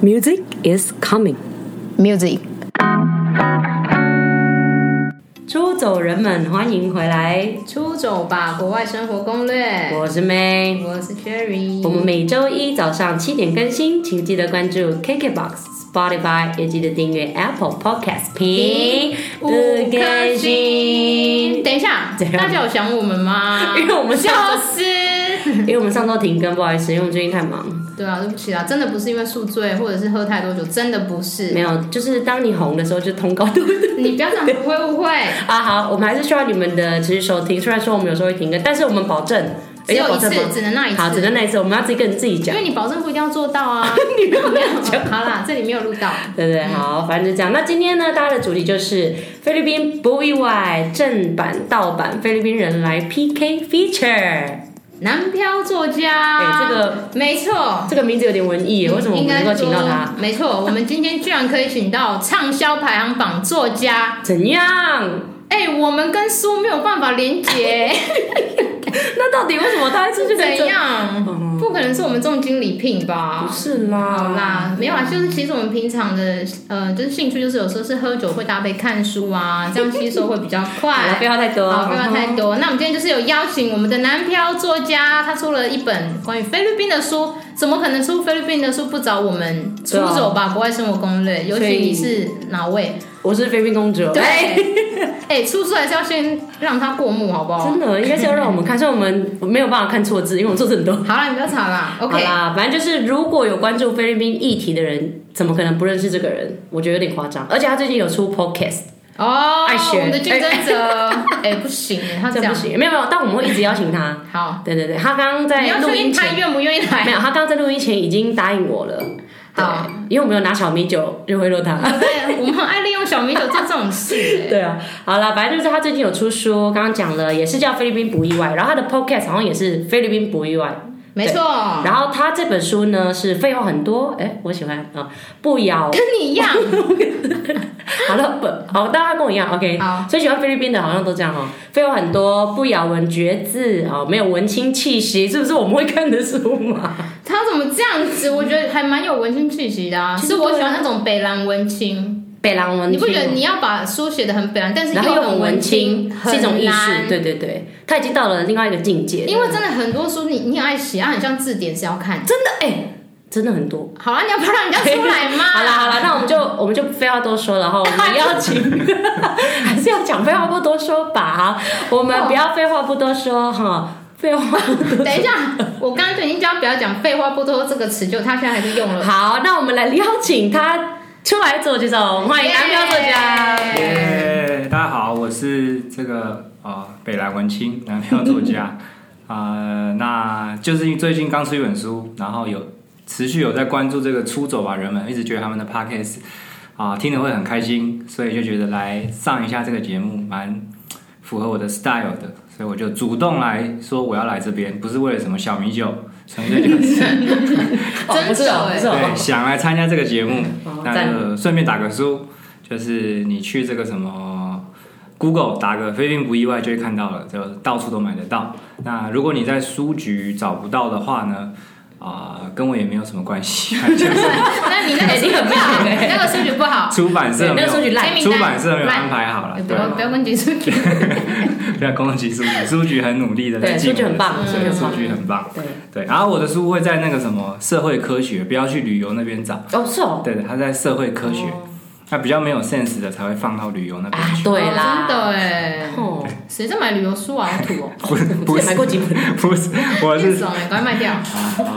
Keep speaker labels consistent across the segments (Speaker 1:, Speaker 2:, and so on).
Speaker 1: Music is coming。
Speaker 2: music。
Speaker 1: 出走人们，欢迎回来，
Speaker 2: 出走吧，国外生活攻略。
Speaker 1: 我是 May。
Speaker 2: 我是 Jerry，
Speaker 1: 我们每周一早上七点更新，请记得关注 KKBOX、Spotify，也记得订阅 Apple Podcast。评
Speaker 2: 五颗
Speaker 1: 开
Speaker 2: 星。
Speaker 1: 心，
Speaker 2: 等一下
Speaker 1: 怎，样
Speaker 2: 大家有想我们 吗？
Speaker 1: 因为我们
Speaker 2: 笑
Speaker 1: 上周
Speaker 2: 死。
Speaker 1: 因为我们上周停更，不好意思，因为我们最近太忙。
Speaker 2: 对啊，对不起啦，真的不是因为宿醉或者是喝太多酒，真的不
Speaker 1: 没
Speaker 2: 是。
Speaker 1: 有，就是当你红的时候就通告 对不对？
Speaker 2: 你不要这样，不会哎误会。
Speaker 1: 啊，好，我们还是需要你们的持续收听。虽然说我们有时候会停更，但是我们保证，哎
Speaker 2: 只有
Speaker 1: 要
Speaker 2: 一
Speaker 1: 保证
Speaker 2: 次，
Speaker 1: 吗？
Speaker 2: 只能那一
Speaker 1: 好，只
Speaker 2: 次，
Speaker 1: 能那一次，我们要自己跟自己
Speaker 2: 因
Speaker 1: 讲，
Speaker 2: 为你保证不一定要做到 啊。 你没有好啦，这里没有录到。
Speaker 1: 对不对？好，反正就这样。那今天呢，大家的主题就是菲律宾不意外，正版盗版菲律宾人来 PK feature。
Speaker 2: 南漂作
Speaker 1: 哎
Speaker 2: 家，
Speaker 1: 这个
Speaker 2: 没错，
Speaker 1: 这个名字有点文艺耶，为什么我们
Speaker 2: 应该
Speaker 1: 能够请到他？
Speaker 2: 说，没错，我们今天居然可以请到畅销排行榜作家。
Speaker 1: 怎样？
Speaker 2: 哎、我们跟书没有办法连接，
Speaker 1: 那到底为什么他会出去在 这嗯
Speaker 2: 怎？样？不可能是我们重金礼聘
Speaker 1: 不
Speaker 2: 吧？
Speaker 1: 是
Speaker 2: 好
Speaker 1: 啦，
Speaker 2: 啦，没有啦，就是其实我们平常的呃，就是兴趣，就是有时候是喝酒会搭配看书 啊，这样吸收会比较
Speaker 1: 好了
Speaker 2: 快
Speaker 1: 不。要嗯太多，
Speaker 2: 好，不要太多。那我们今天就是有邀请我们的南漂作家，他出了一本关于菲律宾的书，怎么可能出菲律宾的书不找我们出
Speaker 1: 对啊
Speaker 2: 走吧？国外生活攻略，尤其
Speaker 1: 所以
Speaker 2: 你是哪位？
Speaker 1: 我是菲律宾公主，
Speaker 2: 对
Speaker 1: 哎，
Speaker 2: 哎、出书还是要先让他过目，好不好？
Speaker 1: 真的应该是要让我们看，虽然我们没有办法看错字，因为我们错字很多。
Speaker 2: 好啦，你不要吵啦
Speaker 1: 好
Speaker 2: ，OK。
Speaker 1: 啦，反正就是如果有关注菲律宾议题的人，怎么可能不认识这个人？我觉得有点夸张。而且他最近有出 podcast，
Speaker 2: 哦，
Speaker 1: 爱学
Speaker 2: 我们的竞争 者，哎、不行耶，他这
Speaker 1: 这样
Speaker 2: 样
Speaker 1: 不行，没有没有，但我们会一直邀请 他。
Speaker 2: 好，
Speaker 1: 对对对，他刚刚
Speaker 2: 你
Speaker 1: 在
Speaker 2: 要
Speaker 1: 录
Speaker 2: 确
Speaker 1: 音
Speaker 2: 定他哦
Speaker 1: 前，
Speaker 2: 愿不愿意
Speaker 1: 没
Speaker 2: 来。
Speaker 1: 有，他刚刚在录音前已经答应我了。 对
Speaker 2: 好，
Speaker 1: 因为我们有拿小米酒就贿赂 他。
Speaker 2: 对，我们很爱利用小米酒做这种事、哎
Speaker 1: 对啊，好了，反正就是他最近有出书，刚刚讲了，也是叫《菲律宾不意外》，然后他的 podcast 好像也是《菲律宾不意外》，
Speaker 2: 没错，
Speaker 1: 然后他这本书呢是废话很多，哎，我喜欢啊、不咬
Speaker 2: 跟你一样。
Speaker 1: 好了，不好，大家跟我一样，OK。
Speaker 2: 好，
Speaker 1: 所以喜欢菲律宾的好像都这样哦，废话很多，不咬文嚼字哦，没有文青气息，是不是我们会看的书嘛？
Speaker 2: 他怎么这样子？我觉得还蛮有文青气息的啊，
Speaker 1: 其
Speaker 2: 是
Speaker 1: 实
Speaker 2: 我
Speaker 1: 对啊
Speaker 2: 喜欢那种北兰文青。
Speaker 1: 北狼文青，
Speaker 2: 你不觉得你要把书写的很北兰，但是
Speaker 1: 然后又
Speaker 2: 很
Speaker 1: 很文青，
Speaker 2: 很
Speaker 1: 是一种艺术
Speaker 2: 难，
Speaker 1: 对对对，他已经到了另外一个境界，
Speaker 2: 因为真的很多书你你很爱写，啊，很像字典是要看。
Speaker 1: 真的哎、真的很多。
Speaker 2: 好啊，你要不要让人家出来嘛？
Speaker 1: 好啦好啦，那我们就我们就废话多说 了哈，我们邀请 还是要讲废话不多说吧，好我们不要废话不多说哈，废话不多
Speaker 2: 等一下，我刚刚就已经教不要讲“废话不多”这个词，就他现在还是用了。
Speaker 1: 好，那我们来邀请他出来做这种，欢迎男票作家。
Speaker 3: 耶大家好，我是这个啊、呃北兰文青男票作家 啊、呃那就是最近刚出一本书，然后有持续有在关注这个出走吧人们，一直觉得他们的 podcast 啊、听得会很开心，所以就觉得来上一下这个节目蛮符合我的 style 的，所以我就主动来说我要来这边，不是为了什么小米酒，纯粹就是
Speaker 1: 哦不是哦，
Speaker 2: 真巧欸
Speaker 1: 不是
Speaker 3: 对
Speaker 1: 哦，
Speaker 3: 想来参加这个节目。
Speaker 1: 哦赞
Speaker 3: 那就顺便打个书，就是你去这个什么 Google 打个“菲律宾不意外”就会看到了，就到处都买得到。那如果你在书局找不到的话呢，啊、跟我也没有什么 关系，就是
Speaker 2: 那你那个
Speaker 1: 哎
Speaker 2: 书
Speaker 1: 你
Speaker 2: 局
Speaker 1: 很
Speaker 2: 不
Speaker 1: 棒
Speaker 2: 好，
Speaker 1: 哎
Speaker 2: 那个书局不好，
Speaker 3: 出版社
Speaker 1: 对
Speaker 3: 没
Speaker 1: 那个书
Speaker 3: 有
Speaker 1: 局烂
Speaker 2: 签名
Speaker 3: 出
Speaker 2: 单
Speaker 3: 版社没有
Speaker 2: 烂
Speaker 3: 安排好了，
Speaker 2: 哎不
Speaker 3: 对，啊
Speaker 2: 要不要跟你书局。
Speaker 3: 不要攻击书局，书局很努力的在
Speaker 1: 对
Speaker 3: 进
Speaker 1: 书局很棒
Speaker 2: 书局很
Speaker 3: 书
Speaker 1: 棒
Speaker 3: 局很棒。
Speaker 2: 哎
Speaker 1: 对，
Speaker 3: 对，然后我的书会在那个什么社会科学，不要去旅游那边找。
Speaker 1: 哦是哦，
Speaker 3: 对的，它在社会科学，
Speaker 2: 哦
Speaker 3: 它比较没有 sense 的才会放到旅游那边
Speaker 1: 啊
Speaker 3: 去。
Speaker 1: 对啦，
Speaker 2: 真的哎，
Speaker 1: 哦，
Speaker 2: 谁在买旅游书啊？好土哦，
Speaker 3: 不
Speaker 1: 我
Speaker 3: 不
Speaker 1: 也买
Speaker 3: 是
Speaker 1: 过几本，
Speaker 3: 不是，我
Speaker 2: 这
Speaker 3: 是
Speaker 2: 种哎，赶快卖 掉。
Speaker 3: 好好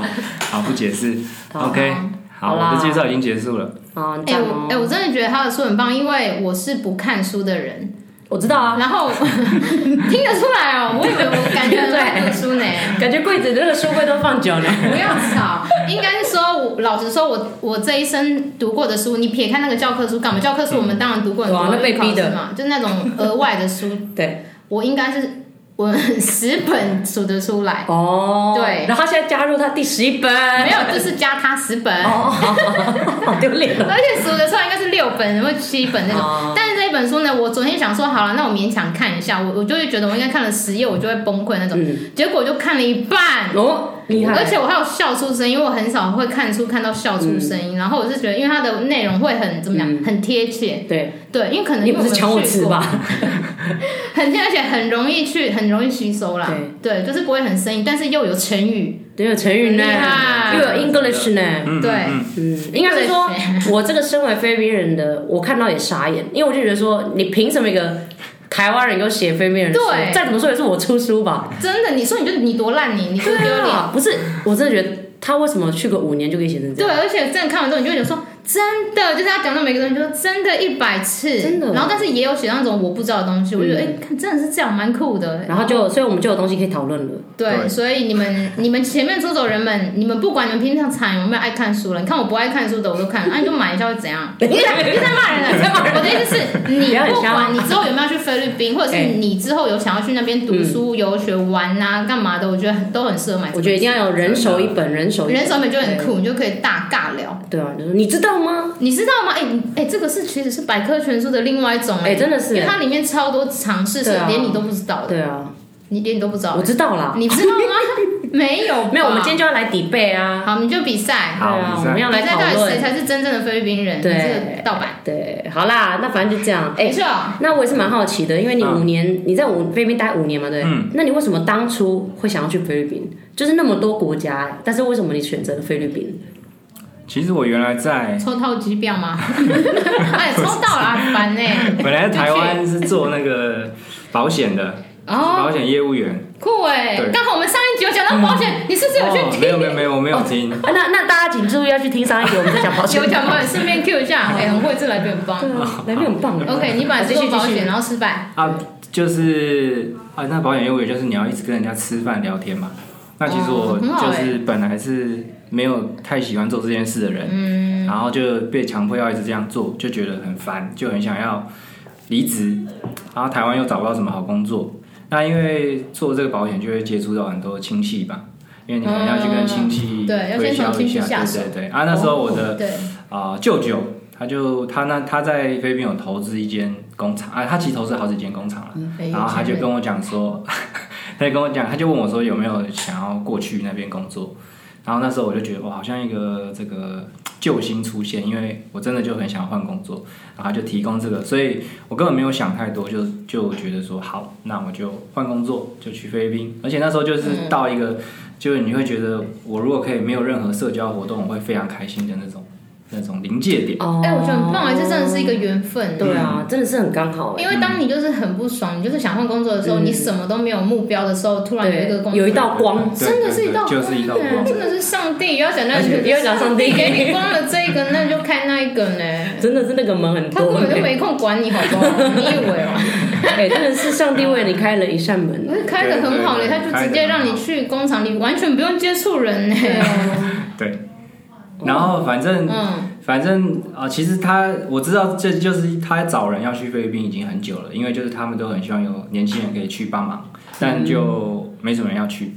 Speaker 3: 好不解释。
Speaker 1: 好
Speaker 3: OK，
Speaker 1: 好
Speaker 3: 好，
Speaker 1: 啦
Speaker 3: 我的介绍已经结束了。
Speaker 1: 哦，你
Speaker 2: 哎、
Speaker 1: 赞
Speaker 2: 我哎、
Speaker 1: 哦，
Speaker 2: 我真的觉得他的书很棒，因为我是不看书的人，
Speaker 1: 我知道啊，
Speaker 2: 然后 听得出来哦，我以为我感觉很爱读书呢。
Speaker 1: 感觉柜子那个书柜都放 久了，
Speaker 2: 不要吵，应该是说，我老实说我，我这一生读过的书，你撇开那个教科书干嘛？教科书我们当然读过很多，
Speaker 1: 啊哇那被逼的
Speaker 2: 因为考试嘛，就是那种额外的书，
Speaker 1: 对，
Speaker 2: 我应该是我十本数得出 来，
Speaker 1: 哦，
Speaker 2: 对
Speaker 1: 然后他现在加入他第十一本，
Speaker 2: 没有，就是加他十本，
Speaker 1: 哦，好丢脸了，
Speaker 2: 而且数得出来应该是六本或七本那种。
Speaker 1: 哦
Speaker 2: 但是这本书呢，我昨天想说好了，那我勉强看一下，我我就会觉得我应该看了十页，我就会崩溃那种。
Speaker 1: 嗯
Speaker 2: 结果我就看了一半，
Speaker 1: 哦，厉害
Speaker 2: 而且我还有笑出声音，因为我很少会看书看到笑出声
Speaker 1: 嗯
Speaker 2: 音。然后我是觉得，因为它的内容会很怎么讲，很贴切。
Speaker 1: 对，
Speaker 2: 对，因为可
Speaker 1: 嗯
Speaker 2: 能
Speaker 1: 你
Speaker 2: 因
Speaker 1: 不
Speaker 2: 为
Speaker 1: 是
Speaker 2: 们
Speaker 1: 抢我
Speaker 2: 去
Speaker 1: 吃
Speaker 2: 过？
Speaker 1: 吧？
Speaker 2: 很贴，而且很容易去，很容易吸收啦。对，就是不会很生硬，但是又有成语。
Speaker 1: 对，有成语呢
Speaker 2: 很厉，害
Speaker 1: 又有 English 呢。
Speaker 3: 嗯，
Speaker 2: 哎对
Speaker 3: 嗯
Speaker 1: 嗯，应该是说，我这个身为菲律宾人的，我看到也傻眼，因为我就觉得说，你凭什么一个台湾人给我写菲律宾人的书
Speaker 2: 对
Speaker 1: 再怎么说也是我出书吧？啊
Speaker 2: 真的，你说你就你多烂你，你多丢脸。
Speaker 1: 不是，我真的觉得他为什么去个五年就可以写成这
Speaker 2: 对，
Speaker 1: 样？
Speaker 2: 而且真的看完之后，你就会觉得说，真的，就是他讲到每个东西，就说真的，一百次，
Speaker 1: 真的嗯
Speaker 2: 然后，但是也有写到那种我不知道的东西，我就觉得，哎、看真的是这样，蛮酷的。
Speaker 1: 然后就，所以我们就有东西可以讨论了。
Speaker 2: 对，
Speaker 3: 对
Speaker 2: 所以你们、 你们前面出走人们，你们不管你们平常惨有没有爱看书了，你看我不爱看书的我都看，那、啊你就买一下会 怎样？你在你在骂人了，你在骂人。 我的意思是，你
Speaker 1: 不要
Speaker 2: 不
Speaker 1: 很
Speaker 2: 管
Speaker 1: 香
Speaker 2: 你之后有没有去菲律宾，或者是
Speaker 1: 哎
Speaker 2: 你之后有想要去那边读书、游学、玩啊、干嘛的，我觉得很都很适合买这
Speaker 1: 我
Speaker 2: 本。
Speaker 1: 觉得一定要有人手一
Speaker 2: 啊
Speaker 1: 本，人手一
Speaker 2: 人
Speaker 1: 本。
Speaker 2: 手本就很酷，你就可以大尬聊。
Speaker 1: 对啊，就是你知道吗？
Speaker 2: 你知道吗？哎、你哎、这个是其实是百科全书的另外一种哎、
Speaker 1: 哎，真的
Speaker 2: 因为
Speaker 1: 是。
Speaker 2: 它里面超多常识是
Speaker 1: 对啊
Speaker 2: 连你都不知道的，
Speaker 1: 对啊，
Speaker 2: 你连你都不知道
Speaker 1: 我，知道啦。
Speaker 2: 你知道吗？没有吧，
Speaker 1: 没有，我们今天就要来底背啊。
Speaker 2: 好，我们就比赛，
Speaker 1: 对
Speaker 3: 好
Speaker 1: 啊，
Speaker 3: 比
Speaker 1: 我
Speaker 3: 赛
Speaker 1: 们要
Speaker 2: 比
Speaker 1: 来
Speaker 2: 赛
Speaker 1: 讨
Speaker 2: 到底谁
Speaker 1: 论。
Speaker 2: 才是真正的菲律宾人？
Speaker 1: 对
Speaker 2: 你是盗版，
Speaker 1: 对，好啦，那反正就这样。
Speaker 2: 没
Speaker 1: 哎，
Speaker 2: 错。
Speaker 1: 那我也是蛮好奇的，因为你
Speaker 3: 嗯
Speaker 1: 五年，你在五菲律宾待五年嘛，对不对？
Speaker 3: 嗯
Speaker 1: 那你为什么当初会想要去菲律宾？就是那么多国家，哎但是为什么你选择了菲律宾？
Speaker 3: 其实我原来 在
Speaker 2: 抽到机 票吗？哎，抽到了，很烦呢。
Speaker 3: 本来在台湾是做那个保险的，
Speaker 2: 哦，
Speaker 3: 保险业务员。
Speaker 2: 酷哎！
Speaker 3: 对
Speaker 2: 刚好我们上一集有讲到保险，你是不是有去
Speaker 3: 哦，
Speaker 2: 听？
Speaker 3: 没有没有没有，我没有听。
Speaker 1: 啊，那那大家请注意要去听上一集，我们在讲保险。
Speaker 2: 有讲保险，顺便 Q 一下，哎，很会，这来宾很棒。
Speaker 1: 对啊，来宾很棒。
Speaker 2: OK，你本来是
Speaker 1: 继续
Speaker 2: 做
Speaker 1: 继
Speaker 2: 保
Speaker 1: 续
Speaker 2: 险，然后失败，
Speaker 3: 啊，就是啊，那保险业务员就是你要一直跟人家吃饭聊天嘛。那其实
Speaker 2: 哦
Speaker 3: 我
Speaker 2: 很好
Speaker 3: 就
Speaker 2: 欸
Speaker 3: 是本来是没有太喜欢做这件事的人，嗯，然后就被强迫要一直这样做，就觉得很烦，就很想要离职。然后台湾又找不到什么好工作，那因为做这个保险就会接触到很多亲戚吧，因为你可能要去跟亲戚
Speaker 2: 嗯对要
Speaker 3: 推
Speaker 2: 先从
Speaker 3: 销一
Speaker 2: 亲戚
Speaker 3: 下，
Speaker 2: 下
Speaker 3: 对对对。啊，那时候我的
Speaker 2: 对，
Speaker 3: 啊、舅舅，他就他那他在菲律宾有投资一间工厂啊，他其实投资好几间工厂了，
Speaker 2: 哎
Speaker 3: 然后他
Speaker 2: 有
Speaker 3: 就
Speaker 2: 钱
Speaker 3: 跟我讲说，他就跟我讲，他就问我说有没有想要过去那边工作，然后那时候我就觉得哇，好像一个这个救星出现，因为我真的就很想换工作，然后他就提供这个，所以我根本没有想太多，就就觉得说好，那我就换工作，就去菲律宾，而且那时候
Speaker 2: 嗯
Speaker 3: 就是到一个，就是你会觉得我如果可以没有任何社交活动，我会非常开心的那种那种临界点。
Speaker 1: 哦
Speaker 2: 哎、我觉得很棒哎，这真的是一个缘分。
Speaker 1: 对啊，真的是很刚好哎。
Speaker 2: 因为当你就是很不爽，你就是想换工作的时候，你什么都没有目标的时候，突然有一个工
Speaker 1: 嗯有
Speaker 2: 作，
Speaker 1: 一道光，
Speaker 3: 对
Speaker 2: 真的是一道哎
Speaker 3: 对对就是一道光。
Speaker 2: 嗯真的是上帝要讲那
Speaker 1: 而且
Speaker 2: 个，
Speaker 1: 又要讲上帝
Speaker 2: 给你光了这一个，那你就开那一个呢。
Speaker 1: 真的是那个门很
Speaker 2: 他
Speaker 1: 多
Speaker 2: 根本就
Speaker 1: 门，
Speaker 2: 没空管你，好不好？ 你以为哦？
Speaker 1: 哎，真的是上帝为你开了一扇门。
Speaker 2: 我是开的很好嘞，
Speaker 3: 对
Speaker 2: 他
Speaker 3: 对
Speaker 2: 就直接让你去工厂里，完全不用接触人呢。
Speaker 3: 对，然后反正、
Speaker 2: 嗯，
Speaker 3: 反正啊、呃其实他我知道这就是他找人要去菲律宾已经很久了，因为就是他们都很希望有年轻人可以去帮忙，但就没什么人要去，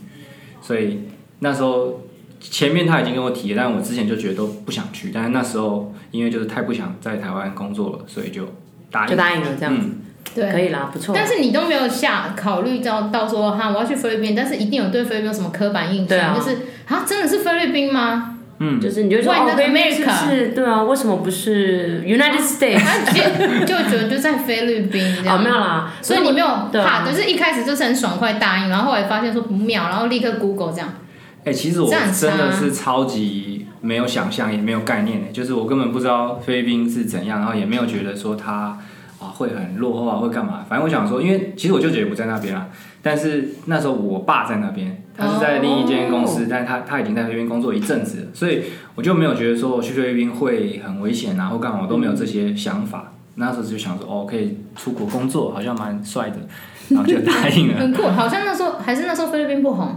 Speaker 3: 所以那时候前面他已经跟我提了，但我之前就觉得都不想去，但是那时候因为就是太不想在台湾工作了，所以就答
Speaker 1: 就
Speaker 3: 应。
Speaker 1: 答应了，这样
Speaker 3: 嗯，
Speaker 1: 可
Speaker 2: 对。
Speaker 1: 以啦，不错。
Speaker 2: 但是你都没有下考虑到到说哈，我要去菲律宾，但是一定有对菲律宾有什么刻板印
Speaker 1: 对啊
Speaker 2: 象，就是啊，真的是菲律宾吗？嗯
Speaker 1: 就是你就说
Speaker 2: Why
Speaker 1: 哦
Speaker 2: not，
Speaker 1: 菲律宾是不
Speaker 2: America？啊
Speaker 1: 是对啊？为什么不是 United States？
Speaker 2: 他就就觉得就在菲律宾这
Speaker 1: 哦，
Speaker 2: 样
Speaker 1: 没。有啦，
Speaker 2: 啊所以哎你没有
Speaker 1: 对
Speaker 2: 怕，
Speaker 1: 啊
Speaker 2: 就是一开始就是很爽快答应，然后后来发现说不妙，然后立刻 Google 这样。
Speaker 3: 哎、其实我
Speaker 2: 这样子啊
Speaker 3: 真的是超级没有想象，也没有概念的，就是我根本不知道菲律宾是怎样，然后也没有觉得说它啊会很落后啊，会干嘛。反正我想说，因为其实我舅舅也不在那边啊，但是那时候我爸在那边，他是在另一间公
Speaker 2: 哦
Speaker 3: 司，但是他他已经在菲律宾工作一阵子了，所以我就没有觉得说我去菲律宾会很危险啊，或干嘛，我都
Speaker 2: 嗯
Speaker 3: 没有这些想法。那时候就想说，哦，可以出国工作，好像蛮帅的，然后就答应了。
Speaker 2: 很酷，好像那时候还是那时候菲律宾不红，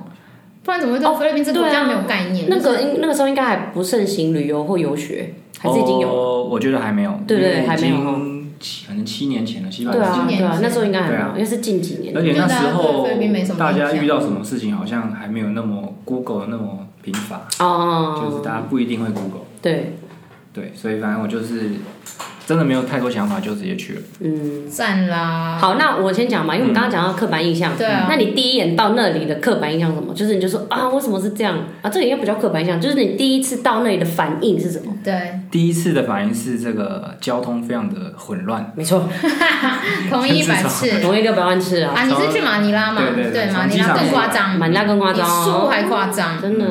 Speaker 2: 不然怎么会对菲律宾这个国
Speaker 1: 哦对
Speaker 2: 家
Speaker 1: 啊
Speaker 2: 没有概念？
Speaker 1: 那
Speaker 2: 就是
Speaker 1: 个应那个时候应该还不盛行旅游或游学，还是已经有。
Speaker 3: 哦，我觉得还没有，
Speaker 1: 对对
Speaker 3: 因为
Speaker 1: 还没有
Speaker 3: 已经七可能七年前了，七八
Speaker 1: 对
Speaker 3: 年前
Speaker 1: 啊，
Speaker 2: 今年
Speaker 1: 对啊，
Speaker 2: 是
Speaker 1: 那时候应该还没
Speaker 3: 对
Speaker 1: 有
Speaker 3: 啊，
Speaker 1: 因为是近几年。
Speaker 3: 而且那时
Speaker 2: 就大家对
Speaker 3: 候
Speaker 2: 菲律宾没什么
Speaker 3: 大家
Speaker 2: 印象
Speaker 3: 遇到什么事情好像还没有那么 Google 那么频繁，就是
Speaker 1: 哦，
Speaker 3: 大家不一定会 Google。
Speaker 1: 对，
Speaker 3: 对，所以反正我就是真的没有太多想法，就直接去了。
Speaker 1: 嗯，
Speaker 2: 赞啦！
Speaker 1: 好，那我先讲嘛，因为
Speaker 3: 嗯
Speaker 1: 我们刚刚讲到刻板印象，
Speaker 2: 啊对啊
Speaker 1: 那你第一眼到那里的刻板印象是什么？就是你就说啊，为什么是这样啊？这个应该不叫刻板印象，就是你第一次到那里的反应是什么？
Speaker 2: 对，
Speaker 3: 第一次的反应是这个交通非常的混乱，
Speaker 1: 没错，
Speaker 2: 同意一百次
Speaker 1: 容易六百万次啊，
Speaker 2: 啊！你是去马尼拉嘛？
Speaker 3: 对对对
Speaker 2: 马
Speaker 3: 从
Speaker 2: 尼
Speaker 3: 机
Speaker 2: 拉
Speaker 3: 场
Speaker 2: 更
Speaker 3: 出
Speaker 2: 夸
Speaker 3: 来
Speaker 2: 张，
Speaker 1: 满大更夸张
Speaker 2: 比树
Speaker 1: 哦，
Speaker 2: 嗯还夸张。
Speaker 1: 真的。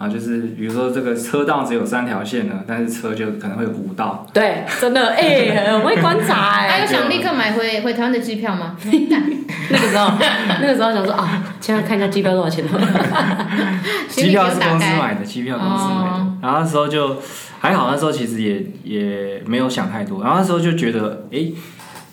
Speaker 3: 然后就是比如说这个车道只有三条线呢，但是车就可能会有五道，
Speaker 1: 对，真的，哎、很会观察哎、
Speaker 2: 啊 还有
Speaker 3: 啊
Speaker 2: 想立刻买回回台湾的机票 吗？
Speaker 1: 那个时候，那个时候想说啊，现在看一下机票多少钱 了。
Speaker 2: 行
Speaker 3: 机
Speaker 2: 李
Speaker 3: 票
Speaker 2: 给
Speaker 3: 是
Speaker 2: 我打
Speaker 3: 公司
Speaker 2: 开。
Speaker 3: 买的，机票公司买的。
Speaker 1: 哦
Speaker 3: 然后那时候就还好，那时候其实也也没有想太多。然后那时候就觉得，哎、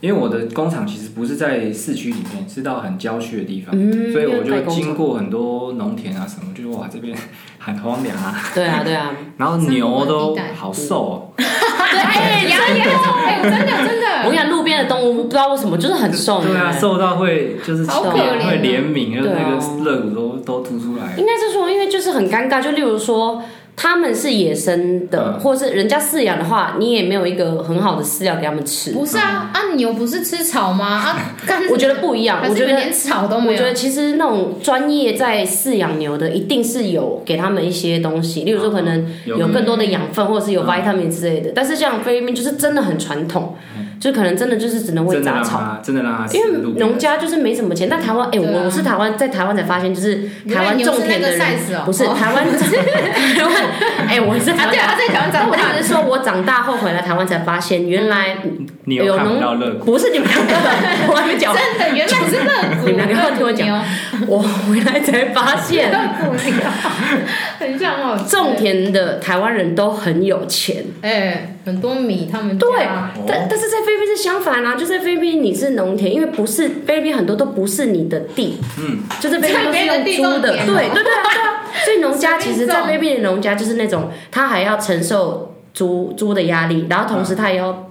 Speaker 3: 因为我的工厂其实不是在市区里面，是到很郊区的地方，
Speaker 1: 嗯
Speaker 3: 所以我
Speaker 1: 因
Speaker 3: 就
Speaker 1: 为代工厂
Speaker 3: 经过很多农田啊什么，就是哇这边很荒凉啊，
Speaker 1: 对啊，对啊，
Speaker 3: 然后牛都好瘦、哦，
Speaker 2: 对，哎，有有，哎，真的真
Speaker 1: 我跟
Speaker 2: 的，
Speaker 1: 你讲，路边的动物不知道为什么就是很瘦，
Speaker 3: 对啊，
Speaker 1: 你知道吗
Speaker 3: 瘦到会就是
Speaker 2: 好可怜哦
Speaker 3: 会怜悯，就是那
Speaker 1: 啊对啊
Speaker 3: 个肋骨都都凸出来。
Speaker 1: 应该是说，因为就是很尴尬，就例如说。他们是野生的，
Speaker 3: 嗯
Speaker 1: 或是人家饲养的话，你也没有一个很好的饲料给他们吃。
Speaker 2: 不是啊，啊牛不是吃草吗？啊，干
Speaker 1: 我觉得不一样，
Speaker 2: 还
Speaker 1: 我
Speaker 2: 是
Speaker 1: 觉
Speaker 2: 你们
Speaker 1: 得
Speaker 2: 连草都
Speaker 3: 啊
Speaker 1: 我
Speaker 2: 没
Speaker 1: 觉
Speaker 2: 有
Speaker 1: 得。其实那种专业在饲养牛的，一定是有给他们一些东西，例如说可能
Speaker 3: 啊有啊
Speaker 1: 有更多的养分，或者是有 vitamin 之类的。但是像菲律宾就是真的很传统，就可能真的就是只能喂
Speaker 3: 真的
Speaker 1: 杂
Speaker 3: 让
Speaker 1: 草。
Speaker 3: 它，嗯真的嗯让它吃
Speaker 1: 因为
Speaker 3: 路边
Speaker 1: 农家就是没什么钱，但台湾，哎、
Speaker 2: 对啊
Speaker 1: 我我是台湾，在台湾才发现，就是
Speaker 2: 原
Speaker 1: 台
Speaker 2: 来
Speaker 1: 湾
Speaker 2: 牛
Speaker 1: 种
Speaker 2: 是那
Speaker 1: 田的
Speaker 2: 个
Speaker 1: 人
Speaker 2: size 哦，
Speaker 1: 不是
Speaker 2: 哦
Speaker 1: 台湾， 台湾，哎、我是台
Speaker 2: 啊，
Speaker 1: 湾
Speaker 2: 对，
Speaker 1: 长
Speaker 2: 他在台湾
Speaker 1: 大。
Speaker 2: 长
Speaker 1: 我
Speaker 2: 大
Speaker 1: 只是说，我长大后回来台湾才发现，原来
Speaker 3: 你
Speaker 1: 哎
Speaker 3: 有看不到肋骨。
Speaker 1: 不是你们两个，我还没讲完，
Speaker 2: 真的原来是肋骨，
Speaker 1: 你们两个要听我讲
Speaker 2: 牛，
Speaker 1: 我回来才发现，
Speaker 2: 肋骨那个，很像哦，
Speaker 1: 种田的台湾人都很有钱，
Speaker 2: 哎，很多米他们家
Speaker 1: 对，
Speaker 3: 哦
Speaker 1: 但但是在菲律宾是相反啊，就在菲律宾你是农田，因为不是菲律宾很多都不是你的地，
Speaker 3: 嗯，
Speaker 1: 就是菲律宾都是用租的，对
Speaker 2: 在别人的地种田
Speaker 1: 对对对啊， 所以农家其实，在菲律宾的农家就是那种他还要承受租租的压力，然后同时他也要。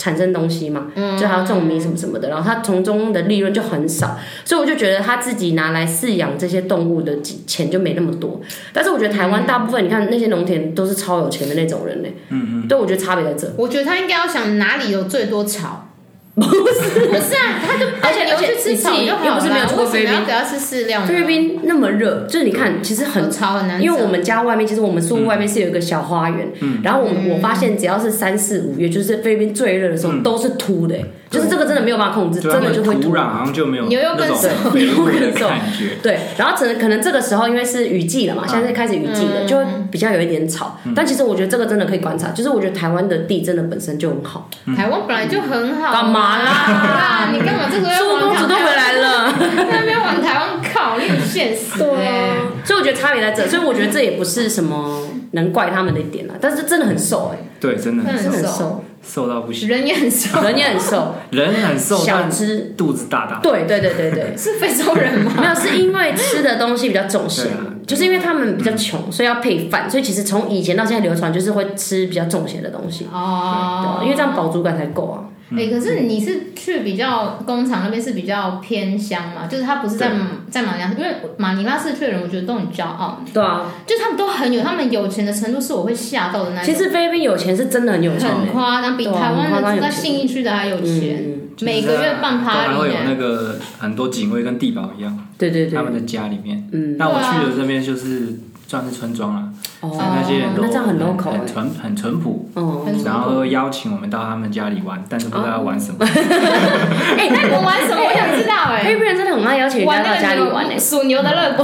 Speaker 1: 产生东西嘛，
Speaker 2: 嗯
Speaker 1: 就还要种米什么什么的，然后他从中的利润就很少，所以我就觉得他自己拿来饲养这些动物的钱就没那么多。但是我觉得台湾大部分，你看那些农田都是超有钱的那种人嘞、嗯嗯，对，我觉得差别在这。
Speaker 2: 我觉得他应该要想哪里有最多草。
Speaker 1: 不是
Speaker 2: 不是啊，他就
Speaker 1: 而且
Speaker 2: 带
Speaker 1: 而
Speaker 2: 牛
Speaker 1: 且
Speaker 2: 去吃草
Speaker 1: 你自己
Speaker 2: 就好
Speaker 1: 又
Speaker 2: 了，
Speaker 1: 不是没有吃过菲
Speaker 2: 为
Speaker 1: 律
Speaker 2: 什么
Speaker 1: 宾
Speaker 2: 要给他吃饲料呢？
Speaker 1: 菲律宾那么热，就是你看，其实很
Speaker 2: 很潮很难找，
Speaker 1: 因为我们家外面，其实我们宿外面是有一个小花园，然后我们我发现只要是三四五月，就是菲律宾最热的时候，都是秃的、欸就是这个真的没有办法控制，
Speaker 3: 对
Speaker 1: 真的就会
Speaker 3: 它们
Speaker 1: 秃
Speaker 3: 土。壤好像就没有
Speaker 2: 牛肉
Speaker 3: 那
Speaker 2: 更
Speaker 3: 种
Speaker 2: 瘦
Speaker 3: 肥味
Speaker 1: 牛
Speaker 3: 的
Speaker 1: 肉更瘦
Speaker 3: 感觉。
Speaker 1: 对，然后只能可能这个时候因为是雨季了嘛，现在是开始雨季了，就会比较有一点吵。但其实我觉得这个真的可以观察，就是我觉得台湾的地真的本身就很好。
Speaker 2: 台湾本来就很好，
Speaker 1: 干嘛啦
Speaker 2: 啊你干嘛这个要
Speaker 1: 苏
Speaker 2: 往
Speaker 1: 公主都回 来了。
Speaker 2: 那边往台湾靠，你很现实哎。
Speaker 1: 所以我觉得差别在这，所以我觉得这也不是什么能怪他们的一点啦，但是真的很瘦哎、
Speaker 3: 对，真的很
Speaker 1: 真
Speaker 3: 瘦
Speaker 1: 的很
Speaker 2: 很
Speaker 1: 瘦
Speaker 2: 瘦，
Speaker 3: 瘦到不行，
Speaker 2: 人也很瘦，
Speaker 1: 人也很瘦，
Speaker 3: 人很瘦，
Speaker 1: 小
Speaker 3: 但
Speaker 1: 只，
Speaker 3: 肚子大大。
Speaker 1: 对对对对 对，
Speaker 2: 是非洲人 吗？
Speaker 1: 没有是因为吃的东西比较重咸
Speaker 3: 对嗯啊，
Speaker 1: 就是因为他们比较穷，所以要配饭，所以其实从以前到现在流传就是会吃比较重咸的东西，对
Speaker 2: 哦
Speaker 1: 啊，因为这样饱足感才够啊。
Speaker 3: 嗯
Speaker 2: 哎、可是你是去比较工厂那边是比较偏乡嘛？就是他不是在
Speaker 3: 对
Speaker 2: 在马尼拉，因为马尼拉市区的人，我觉得都很骄傲，
Speaker 1: 对啊，
Speaker 2: 就是他们都很有，他们有钱的程度是我会吓到的那
Speaker 1: 其
Speaker 2: 种，
Speaker 1: 实菲律宾有钱是真的很有钱
Speaker 2: 很
Speaker 1: 的，
Speaker 2: 夸张，比
Speaker 1: 对啊
Speaker 2: 台湾
Speaker 1: 很夸张
Speaker 2: 人
Speaker 1: 有
Speaker 2: 住在
Speaker 1: 钱
Speaker 2: 信义区的还有钱，
Speaker 1: 嗯，
Speaker 3: 就是
Speaker 2: 每个月办
Speaker 3: 都还
Speaker 2: party
Speaker 3: 会有
Speaker 2: 呢
Speaker 3: 那个很多警卫跟地保一样，
Speaker 1: 对对对
Speaker 3: 他，们的家里面。
Speaker 1: 嗯，
Speaker 3: 那我
Speaker 2: 对啊
Speaker 3: 去的这边就是算是村庄了，所以
Speaker 1: 哦，
Speaker 3: 那些人都
Speaker 1: 那这样很 local 欸
Speaker 3: 很淳很淳朴，
Speaker 1: 哦，
Speaker 2: 嗯很
Speaker 3: 然后都邀请我们到他们家里玩，但是不知道要玩什
Speaker 1: 哦
Speaker 3: 么。
Speaker 2: 哎、那你们玩什么？我想 知道哎、
Speaker 1: 菲律宾人真的很爱邀请人家
Speaker 2: 玩那
Speaker 1: 到
Speaker 2: 个
Speaker 1: 家里
Speaker 2: 牛
Speaker 1: 玩欸
Speaker 2: 属牛的肋骨，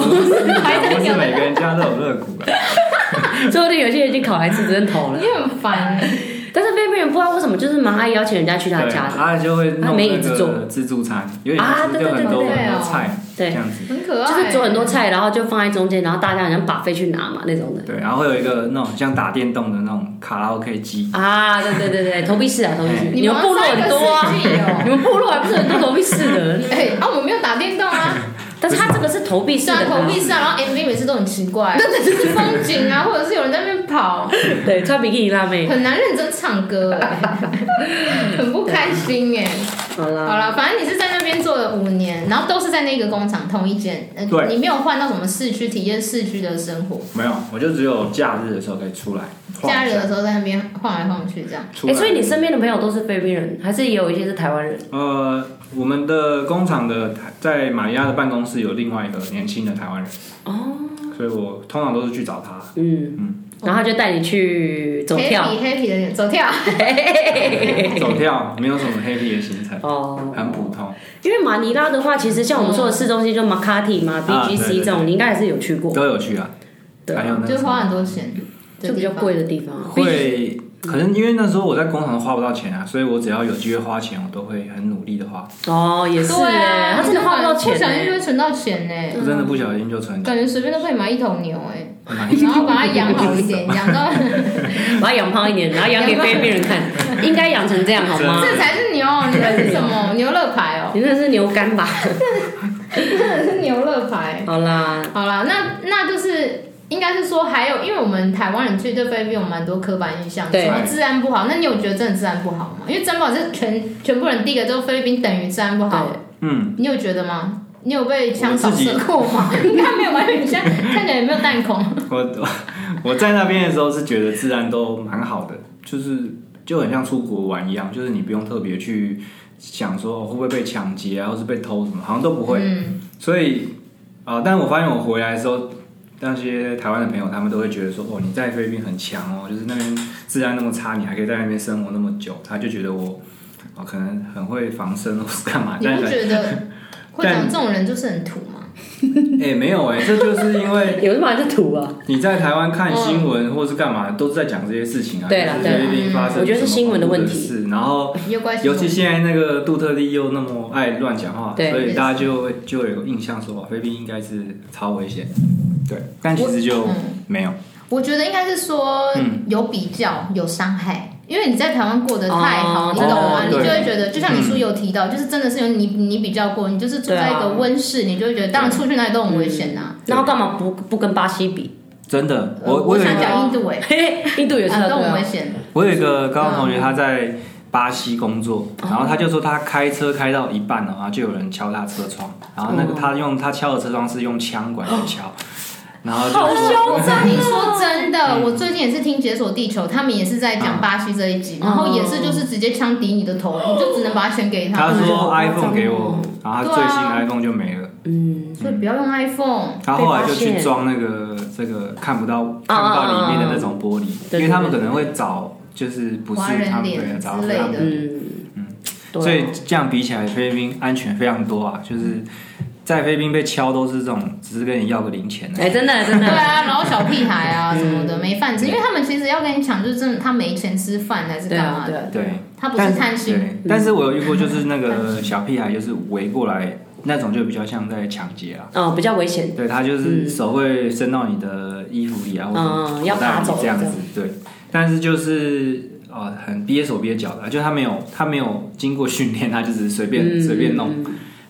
Speaker 2: 还在
Speaker 3: 不是
Speaker 2: 牛的
Speaker 3: 每个人家都有肋骨了，
Speaker 1: 说不定有些人已经烤来吃真头 了。
Speaker 2: 你很烦、欸，
Speaker 1: 但是菲律宾人不知道为什么就是蛮爱邀请人家去他
Speaker 3: 对，
Speaker 1: 家 的，
Speaker 3: 他就会
Speaker 1: 他
Speaker 3: 弄
Speaker 1: 没
Speaker 3: 那
Speaker 1: 椅子坐
Speaker 3: 个自助餐，有点
Speaker 1: 啊
Speaker 3: 像是就很多
Speaker 1: 对对对
Speaker 2: 对
Speaker 3: 很
Speaker 2: 对
Speaker 3: 多菜这
Speaker 1: 对
Speaker 3: 样子。
Speaker 2: 很可爱、
Speaker 1: 就是煮很多菜，然后就放在中间，然后大家好像把飞去拿嘛那种的。
Speaker 3: 对，然后会有一个那种像打电动的那种卡拉 OK 机，
Speaker 1: 啊，对对对对，投币式啊，投币
Speaker 3: 哎
Speaker 1: 式，
Speaker 2: 欸你
Speaker 1: 们部落很多啊，你
Speaker 2: 啊。
Speaker 1: 们部落还不是很多投币式的？
Speaker 2: 哎、啊，我们没有打电动啊，
Speaker 1: 但是他这个是投币式
Speaker 2: 虽然
Speaker 1: 的，嗯
Speaker 2: 投币式啊，然后 MV 每次都 很奇怪，对对对，风景啊，或者是有人在那边跑，
Speaker 1: 对，穿比基尼辣妹，
Speaker 2: 很难认真唱歌哎、 很不开心哎、
Speaker 1: 好啦，
Speaker 2: 好了，反正你是在那边做了五年，然后都是在那个工厂同一间，呃
Speaker 3: 对
Speaker 2: 你没有换到什么市区体验市区的生活，
Speaker 3: 没有，我就只有假日的时候可以出来晃
Speaker 2: 假
Speaker 3: 一
Speaker 2: 日
Speaker 3: 下
Speaker 2: 的。时候在那边晃来晃去这样。
Speaker 3: 出
Speaker 1: 哎、
Speaker 3: 来
Speaker 1: 所以你身边的朋友都是菲律宾人，还是也有一些是台湾人？
Speaker 3: 呃，我们的工厂的在马尼拉的办公室有另外一个年轻的台湾人哦，所以我通常都是去找他。
Speaker 1: 嗯然后他就带你去走跳
Speaker 2: happy happy 的点走跳，
Speaker 3: 走跳没有什么 happy 的行程，
Speaker 1: 哦。
Speaker 3: 很普通。
Speaker 1: 因为马尼拉的话，其实像我们说的市中心，就 Makati 嘛、
Speaker 3: 啊
Speaker 1: BGC
Speaker 3: 对
Speaker 1: 这
Speaker 3: 对
Speaker 1: 种，你应该还是有去过，
Speaker 3: 都有去啊，
Speaker 1: 对
Speaker 3: 还有那
Speaker 2: 就
Speaker 3: 个
Speaker 2: 花很多钱，
Speaker 1: 就嗯比较。贵的地方。
Speaker 3: 会，可能因为那时候我在工厂花不到钱啊，所以我只要有机会花钱，我都会很努力的花，
Speaker 1: 哦，也是
Speaker 2: 对
Speaker 1: 哎、
Speaker 2: 啊，
Speaker 1: 他真的花不到钱
Speaker 2: 不小心就
Speaker 1: 哎、
Speaker 2: 会存到钱呢，
Speaker 3: 真的不小心就 存
Speaker 2: 感觉随便都可以买一头牛 哎，
Speaker 3: 买
Speaker 2: 然后把它养 好一点，养到
Speaker 1: 把它养胖一点，然后养给菲律宾人看， 应该养成这样好吗？
Speaker 2: 这才是牛，你的是什么 牛肋排哦，
Speaker 1: 你那是牛肝吧？
Speaker 2: 这是牛肋排。
Speaker 1: 好啦，
Speaker 2: 好啦，那那就是应该是说还有，因为我们台湾人其实对菲律宾有蛮多刻板印象，
Speaker 1: 对
Speaker 2: 什么治安不好。那你有觉得真的治安不好吗？因为珍宝是全全部人第一个，就是菲律宾等于治安不好。
Speaker 3: 嗯，
Speaker 2: 你有觉得吗？你有被枪扫
Speaker 3: 我自己
Speaker 2: 射过 吗？应该没有吧？因为你现在看起来也没有弹孔。
Speaker 3: 我我我在那边的时候是觉得治安都蛮好的，就是就很像出国玩一样，就是你不用特别去想说哦会不会被抢劫啊，或是被偷什么，好像都不会。
Speaker 2: 嗯，
Speaker 3: 所以啊、呃但我发现我回来的时候，那些台湾的朋友他们都会觉得说，哦，你在菲律宾很强哦，就是那边治安那么差，你还可以在那边生活那么久，他就觉得我啊、哦可能很会防身或是干嘛，
Speaker 2: 你
Speaker 3: 但
Speaker 2: 不
Speaker 3: 是
Speaker 2: 觉得会长
Speaker 3: 但
Speaker 2: 这种人就是很土吗？
Speaker 3: 哎、没有哎、这就是因为。
Speaker 1: 有什么还是土啊？
Speaker 3: 你在台湾看新闻或是干嘛，都是在讲这些事情
Speaker 1: 嗯
Speaker 3: 啊，
Speaker 1: 对啦
Speaker 3: 就是菲律宾发生什么
Speaker 1: 我觉得是新闻的问题
Speaker 3: 事，然后
Speaker 2: 有关系
Speaker 3: 尤
Speaker 2: 吗？
Speaker 3: 其现在那个杜特地又那么爱乱讲话，
Speaker 1: 对
Speaker 3: 所以大家就会就有印象说哦菲律宾应该是超危险，对，但其实就
Speaker 2: 嗯
Speaker 1: 嗯
Speaker 3: 没有，
Speaker 2: 我觉得应该是说有比较有伤害，因为你在台湾过得太好，
Speaker 1: 哦
Speaker 2: 你懂吗？
Speaker 3: 嗯哦
Speaker 2: 你就
Speaker 3: 对嗯
Speaker 2: 会觉得，就像你书有提到，就是真的是有你你比较过，你就是住在一
Speaker 3: 啊
Speaker 2: 个温室，你就会觉得，当然出去哪里都很危险啊呐。
Speaker 1: 然后干嘛不不跟巴西比？
Speaker 3: 真的，
Speaker 2: 呃
Speaker 3: 我
Speaker 2: 我
Speaker 3: 有一
Speaker 2: 想
Speaker 3: 个
Speaker 2: 讲印度哎，
Speaker 1: 嘿嘿，印度也是
Speaker 2: 啊
Speaker 1: 啊，
Speaker 2: 都
Speaker 1: 对
Speaker 2: 很危
Speaker 1: 啊，
Speaker 2: 险。
Speaker 3: 我有一个高中同学，他在巴西工作，
Speaker 1: 嗯
Speaker 3: 然后他就说他开车开到一半哦了，然后就有人敲他车窗，然后那
Speaker 1: 哦
Speaker 3: 个他用他敲的车窗是用枪管去敲，然后就
Speaker 1: 嗯好
Speaker 2: 我
Speaker 1: 凶
Speaker 2: 跟你说真的，
Speaker 3: 嗯
Speaker 2: 我最近也是听《解锁地球》，他们也是在讲巴西这一集，然后也是就是直接枪抵你的头，你就只能把它全给
Speaker 3: 他
Speaker 2: 哎他。
Speaker 3: 说 iPhone 给我，然后他最新
Speaker 2: 对
Speaker 3: 的
Speaker 2: 啊
Speaker 3: iPhone 就没了。
Speaker 1: 嗯，
Speaker 2: 所以不要用 iPhone。
Speaker 3: 他后来就
Speaker 1: 被发
Speaker 3: 去
Speaker 1: 现
Speaker 3: 装那个这个看不到看不到里面的那种
Speaker 2: 嗯
Speaker 3: 玻璃，
Speaker 1: 对
Speaker 3: 因为他们可能会找就是不是
Speaker 2: 华人
Speaker 3: 他们
Speaker 2: 脸
Speaker 3: 对找
Speaker 2: 之类
Speaker 3: 他
Speaker 2: 的
Speaker 3: 们，
Speaker 1: 嗯对啊
Speaker 3: 所以这样比起来，菲律宾安全非常多啊，就是在菲律宾被敲都是这种，只是跟你要个零钱啊
Speaker 1: 哎，
Speaker 3: 的。
Speaker 1: 真的真
Speaker 2: 对
Speaker 1: 的，
Speaker 2: 啊，然后小屁孩啊什
Speaker 1: 嗯
Speaker 2: 么的没饭吃，因为他们其实要跟你抢，就是真的他没钱吃饭还是
Speaker 1: 对
Speaker 2: 干
Speaker 1: 啊
Speaker 2: 嘛
Speaker 1: 对
Speaker 2: 的，
Speaker 1: 啊，
Speaker 3: 对，
Speaker 2: 他不
Speaker 3: 但
Speaker 2: 是嗯贪心。
Speaker 3: 对，但是我有遇过，就是那个小屁孩，就是围过来那种，就比较像在抢劫啊。
Speaker 1: 哦，比较危险，
Speaker 3: 对他就是手会伸到你的衣服里啊，或
Speaker 1: 嗯
Speaker 3: 者
Speaker 1: 要
Speaker 3: 口袋
Speaker 1: 爬
Speaker 3: 里
Speaker 1: 走
Speaker 3: 这样
Speaker 1: 这
Speaker 3: 子
Speaker 1: 样。
Speaker 3: 对，但是就是啊、呃很憋手憋脚的，就他没有他没有经过训练，他就只是随便
Speaker 1: 嗯
Speaker 3: 随便弄。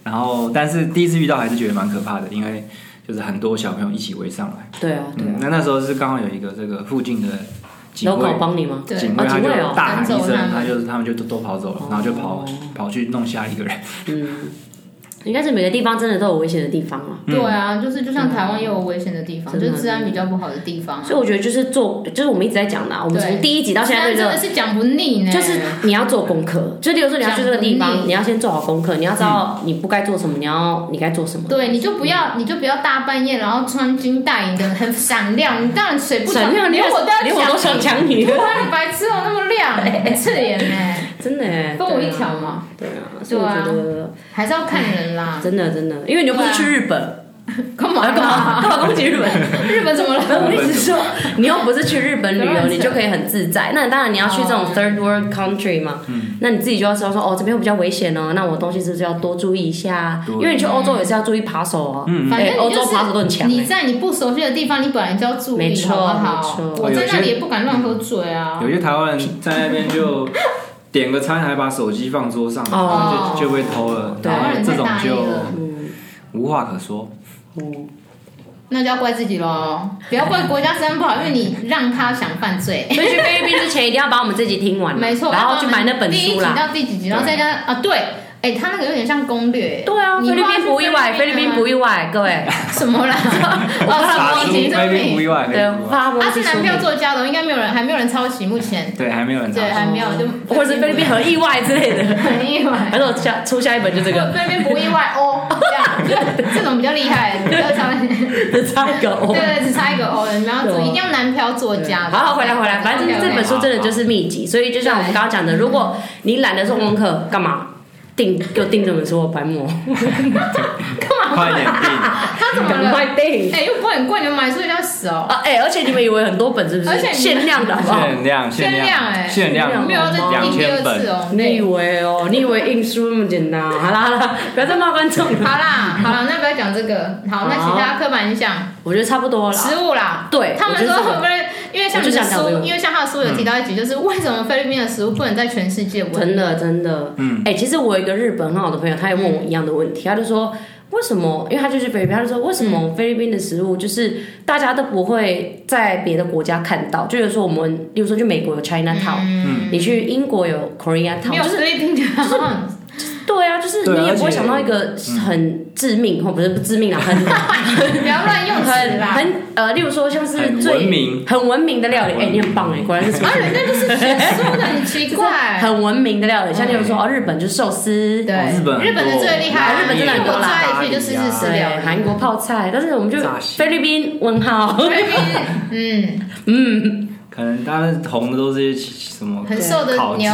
Speaker 3: 然后，但是第一次遇到还是觉得蛮可怕的，因为就是很多小朋友一起围上来。
Speaker 1: 对啊对
Speaker 3: 嗯，
Speaker 1: 啊，
Speaker 3: 那那时候是刚好有一个这个附近的警
Speaker 1: 然后
Speaker 3: 卫
Speaker 1: 狗。帮你吗？
Speaker 2: 对
Speaker 3: 警
Speaker 1: 哦
Speaker 3: 卫他
Speaker 1: 警
Speaker 3: 就
Speaker 1: 卫哦
Speaker 3: 大喊一
Speaker 2: 赶走
Speaker 3: 声
Speaker 2: 他们，
Speaker 3: 他就是他们就都都跑走了，然后就
Speaker 1: 哦
Speaker 3: 跑跑去弄下一个人。
Speaker 1: 嗯，应该是每个地方真的都有危险的地方啊。
Speaker 2: 对啊，就是就像台湾也有危险的地方，
Speaker 1: 真
Speaker 2: 就
Speaker 1: 的
Speaker 2: 是治安比较不好的地方啊。
Speaker 1: 所以我觉得就是做，就是我们一直在讲的啊，我们
Speaker 2: 对
Speaker 1: 从第一集到现在
Speaker 2: 但
Speaker 1: 都
Speaker 2: 真
Speaker 1: 在
Speaker 2: 的是讲不腻呢，
Speaker 1: 就是你要做功课，就例如说你要去这个地方，你要先做好功课，你要知道你不该做什么，你要你该做什么。
Speaker 2: 对，你就不要你就不要大半夜，然后穿金戴银的很闪亮，你当然水不
Speaker 1: 闪亮
Speaker 2: 连
Speaker 1: 啊连
Speaker 2: 我
Speaker 1: 我
Speaker 2: 都要
Speaker 1: 连我都想抢 你
Speaker 2: 对啊，你白痴哦，那么 亮，很刺眼呢，
Speaker 1: 真的欸，
Speaker 2: 跟我
Speaker 1: 对
Speaker 2: 一
Speaker 1: 啊
Speaker 2: 条。嘛，
Speaker 1: 对啊，所以我觉得
Speaker 2: 还是要看人啦。
Speaker 1: 真的真的，因为你又不是去日本，
Speaker 2: 干嘛
Speaker 1: 干 嘛干嘛攻击日本？
Speaker 2: 日本怎么了？
Speaker 1: 我一直说，
Speaker 2: 啊
Speaker 1: 你又不是去日本旅游，你就可以很自在。那当然你要去这种
Speaker 2: 哦嗯
Speaker 1: third world country 嘛，那你自己就要知道说，哦，这边会比较危险哦，那我东西是不是要多注意一下？
Speaker 3: 对
Speaker 1: 因为你去欧洲也是要注意扒手哦，
Speaker 2: 嗯反
Speaker 1: 哎
Speaker 2: 正
Speaker 1: 欧
Speaker 2: 你就
Speaker 1: 洲
Speaker 2: 是
Speaker 1: 扒手都很强欸。
Speaker 2: 你在你不熟悉的地方，你本来就要注
Speaker 1: 没
Speaker 2: 意，
Speaker 1: 错
Speaker 2: 好不好
Speaker 1: 没？错
Speaker 2: 我
Speaker 3: 哎
Speaker 2: 在那里也不敢乱喝醉啊
Speaker 3: 嗯有。些台湾人在那边就点个餐，还把手机放桌上，然
Speaker 2: 哦
Speaker 3: 后就就被偷了。
Speaker 1: 对
Speaker 3: 然后这种
Speaker 2: 台湾人太大意
Speaker 3: 就
Speaker 2: 了
Speaker 3: 无话可说。
Speaker 1: 嗯
Speaker 2: 那就要怪自己喽， 不要怪国家治安不好，因为你让他想犯罪。
Speaker 1: 所以去菲律宾之前一定要把我们这集听完，
Speaker 2: 没错，
Speaker 1: 嗯然后去买那本
Speaker 2: 第一
Speaker 1: 书
Speaker 2: 集
Speaker 1: 啦。
Speaker 2: 到第几集，然后再加上啊，对，哎，他那个有点像攻略，
Speaker 1: 对啊，
Speaker 2: 你
Speaker 1: 菲律
Speaker 2: 不知
Speaker 1: 宾
Speaker 2: 道
Speaker 1: 不意外，
Speaker 2: 是
Speaker 1: 菲律宾不意外，各位。
Speaker 2: 啊什 么啦？
Speaker 3: 傻
Speaker 2: 哦，
Speaker 3: 猪
Speaker 2: 第一集，
Speaker 3: 菲律宾
Speaker 2: 第
Speaker 3: 不
Speaker 2: 一
Speaker 3: 意外，菲律
Speaker 1: 对
Speaker 3: 宾不，意外
Speaker 1: 怕他
Speaker 2: 他
Speaker 1: 们
Speaker 2: 啊是
Speaker 1: 去
Speaker 2: 男
Speaker 1: 书
Speaker 2: 票
Speaker 1: 名，
Speaker 2: 作家的，应该没有人，还没有人抄袭，目前
Speaker 3: 对，还没有人
Speaker 2: 对，
Speaker 3: 查。
Speaker 2: 还没有，就
Speaker 1: 或者是菲律宾很意外之类的。
Speaker 2: 很意外。
Speaker 1: 还是我下出下一本就这
Speaker 2: 我
Speaker 1: 个，
Speaker 2: 菲律宾不意外哦，这样就这种比较厉害，比较常
Speaker 1: 只差一个
Speaker 2: 对
Speaker 1: O。
Speaker 2: 对，只差 一个 O 了，你们要注意，一定要男票作家。
Speaker 1: 好好回来回来，反正就是这本书真的就是秘籍，所以就像我们刚刚讲的，如果你懒得做功课，干嘛订就订这本书，白墨，
Speaker 2: 干嘛？
Speaker 3: 快点订，
Speaker 2: 他怎 么
Speaker 1: 赶
Speaker 2: 了？
Speaker 1: 快订
Speaker 2: 哎，又不会很贵，你们买书一定要死哦。
Speaker 1: 啊！哎，而且你们以为很多本是不
Speaker 2: 而且
Speaker 1: 是
Speaker 2: 你们
Speaker 1: 限量的好不好？
Speaker 3: 限量，
Speaker 2: 限量哎
Speaker 3: 量，限量，
Speaker 2: 没有要再
Speaker 3: 哦两
Speaker 2: 印第二
Speaker 3: 千
Speaker 2: 次
Speaker 3: 本。
Speaker 2: 哦。
Speaker 1: 你以为哦？你以为印书那么简单？好啦好啦，不要再骂观众了。
Speaker 2: 好啦，好啦，那不要讲这个。好，那其他刻板印象，
Speaker 1: 我觉得差不多了。
Speaker 2: 食物啦。
Speaker 1: 对，
Speaker 2: 他们
Speaker 1: 我觉
Speaker 2: 说
Speaker 1: 得这
Speaker 2: 会
Speaker 1: 个
Speaker 2: 不会？因为像你
Speaker 1: 我就
Speaker 2: 的
Speaker 1: 想讲
Speaker 2: 书
Speaker 1: 这，个
Speaker 2: 因为像他的书有提到一集，就是为什么菲律宾的食物不能在全世界闻？
Speaker 1: 真的真的，嗯，哎、其实我有一个日本很好的朋友，他也问我一样的问题，他就说为什么？因为他就是菲律宾，他就说为什么菲律宾的食物就是大家都不会在别的国家看到？就比如说我们，比如说去美国有 China Town，、
Speaker 3: 嗯，
Speaker 1: 你去英国有 Korea
Speaker 2: 没有
Speaker 1: Town，
Speaker 2: 菲律 宾的，
Speaker 1: 对啊，就是
Speaker 3: 对啊
Speaker 1: 你也不会
Speaker 3: 而且嗯
Speaker 1: 想到一个很致命，或、不是不致命啊， 很
Speaker 2: 不要乱用词
Speaker 1: 很
Speaker 2: 啦。
Speaker 1: 很呃，例如说像是
Speaker 3: 很
Speaker 1: 最
Speaker 3: 文明
Speaker 1: 很文明的料理，哎、你很棒哎、果然是厨
Speaker 2: 啊，人家就是学书的，很奇怪。
Speaker 1: 很文明的料理，像例如说哦，日本就是寿司，
Speaker 2: 对，
Speaker 3: 哦日本很多
Speaker 2: 日本的最厉害，
Speaker 1: 啊日本真的很多
Speaker 2: 我
Speaker 1: 啦
Speaker 2: 最爱去就是日式
Speaker 1: 对，
Speaker 2: 料理。
Speaker 1: 韩国泡菜，但是我们就
Speaker 3: 炸蟹
Speaker 1: 菲律宾问 号，
Speaker 2: 菲律宾，嗯，
Speaker 3: 可能大家红的都是一些什么
Speaker 2: 很瘦的
Speaker 3: 烤鸡
Speaker 2: 牛，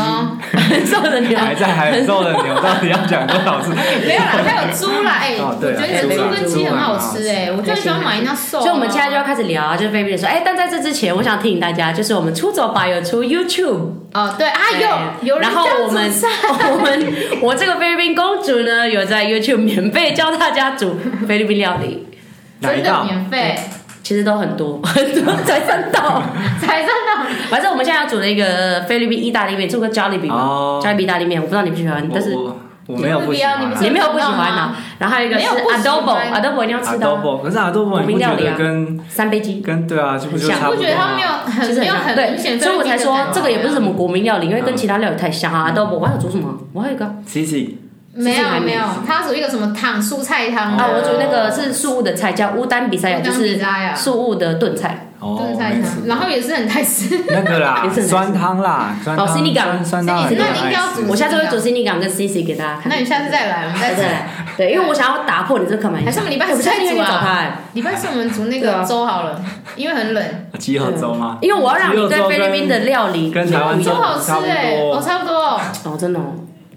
Speaker 1: 受得
Speaker 3: 还
Speaker 1: 了。
Speaker 3: 在很瘦的 牛，到底要讲多少次？
Speaker 2: 没 有啦，还有猪啦，哎，
Speaker 3: 哦
Speaker 2: 我
Speaker 3: 对
Speaker 2: 觉
Speaker 3: 啊
Speaker 2: 得
Speaker 1: 猪
Speaker 2: 猪
Speaker 1: 啦
Speaker 2: 跟鸡很好吃，哎，我就很喜欢买那瘦啊。
Speaker 1: 所以，我们现在就要开始聊啊，就是菲律宾说，哎，但在这之前，我想提醒大家，就是我们出走吧有出 YouTube，哎
Speaker 2: 哦，对啊，有有人
Speaker 1: 然后
Speaker 2: 这样子
Speaker 1: 我们
Speaker 2: 晒
Speaker 1: 我们我这个菲律宾公主呢，有在 YouTube 免费教大家煮菲律宾料理，
Speaker 3: 哪一
Speaker 2: 真的
Speaker 3: 道？
Speaker 2: 免费，
Speaker 1: 其实都很多 很多才三道，
Speaker 2: 才真的
Speaker 1: 反正我们现在要煮了一个菲律宾意大利面，做个 Jollibee 嘛
Speaker 3: 哦，
Speaker 1: ，Jollibee 意大利面，我不知道你不喜欢，但是
Speaker 3: 我我我没有不喜
Speaker 2: 你
Speaker 3: 欢
Speaker 2: 不
Speaker 3: 啊
Speaker 2: 要
Speaker 1: 你没有不喜欢的，然后还有一个是
Speaker 2: 没有不喜欢
Speaker 1: adobo，adobo 一定要吃到啊，
Speaker 3: adobo，可是 adobo 你不觉得跟
Speaker 1: 三杯鸡。
Speaker 3: 跟对啊，就不就
Speaker 1: 很像
Speaker 3: 差
Speaker 2: 我
Speaker 3: 不
Speaker 2: 觉
Speaker 3: 多
Speaker 2: 得他没有
Speaker 3: 吗？
Speaker 1: 其
Speaker 2: 很
Speaker 1: 实
Speaker 2: 没有
Speaker 1: 像
Speaker 2: 很
Speaker 1: 对
Speaker 2: 明，显菲
Speaker 1: 所以
Speaker 2: 律宾的感觉，
Speaker 1: 我才说这个也不是什么国民料理，因为跟
Speaker 3: 嗯
Speaker 1: 其他料理太像啊。adobo 我还有煮什么？我还有一个
Speaker 2: 嗯
Speaker 1: 啊，
Speaker 3: c c
Speaker 2: 没
Speaker 1: 自己还
Speaker 2: 有
Speaker 1: 没
Speaker 2: 没有，他属于一个什么汤蔬菜汤
Speaker 3: 哦
Speaker 1: 啊我煮那个是素物的菜，叫乌丹比塞亚，就
Speaker 2: 乌丹比
Speaker 1: 是
Speaker 2: 塞亚
Speaker 1: 素物的炖菜。
Speaker 3: 哦
Speaker 2: 炖，菜
Speaker 3: 没
Speaker 2: 汤，
Speaker 3: 吃
Speaker 2: 然后也是很泰式。
Speaker 3: 那个啦
Speaker 1: 也是，很
Speaker 3: 酸汤啦，酸汤
Speaker 1: 哦，Sinigang
Speaker 3: 酸酸汤很
Speaker 2: Sinigang
Speaker 3: 多人
Speaker 2: 那你应该要
Speaker 3: 爱吃
Speaker 2: 煮
Speaker 1: 我下次会煮 c i n i g a n 跟 CC 给大家
Speaker 2: 那
Speaker 1: 看。
Speaker 2: 你下次再来，我们再
Speaker 1: 对
Speaker 2: 吃
Speaker 1: 对。对，因为我想要打破你这个刻板印
Speaker 2: 还是
Speaker 1: 象。
Speaker 2: 我们礼拜
Speaker 1: 哎
Speaker 2: 四
Speaker 1: 我下次
Speaker 2: 再
Speaker 1: 去
Speaker 2: 煮
Speaker 1: 找他
Speaker 2: 啊？
Speaker 1: 哎，
Speaker 2: 礼拜四我们煮那
Speaker 1: 啊
Speaker 2: 个粥好了，因为 很冷。
Speaker 3: 鸡和粥吗？
Speaker 1: 因为我要让你对菲律宾的料理
Speaker 3: 跟台湾
Speaker 2: 粥
Speaker 3: 粥
Speaker 2: 好吃
Speaker 3: 差不
Speaker 2: 哎，哦，
Speaker 3: 多，
Speaker 2: 差不多哦。
Speaker 1: 哦，真的哦。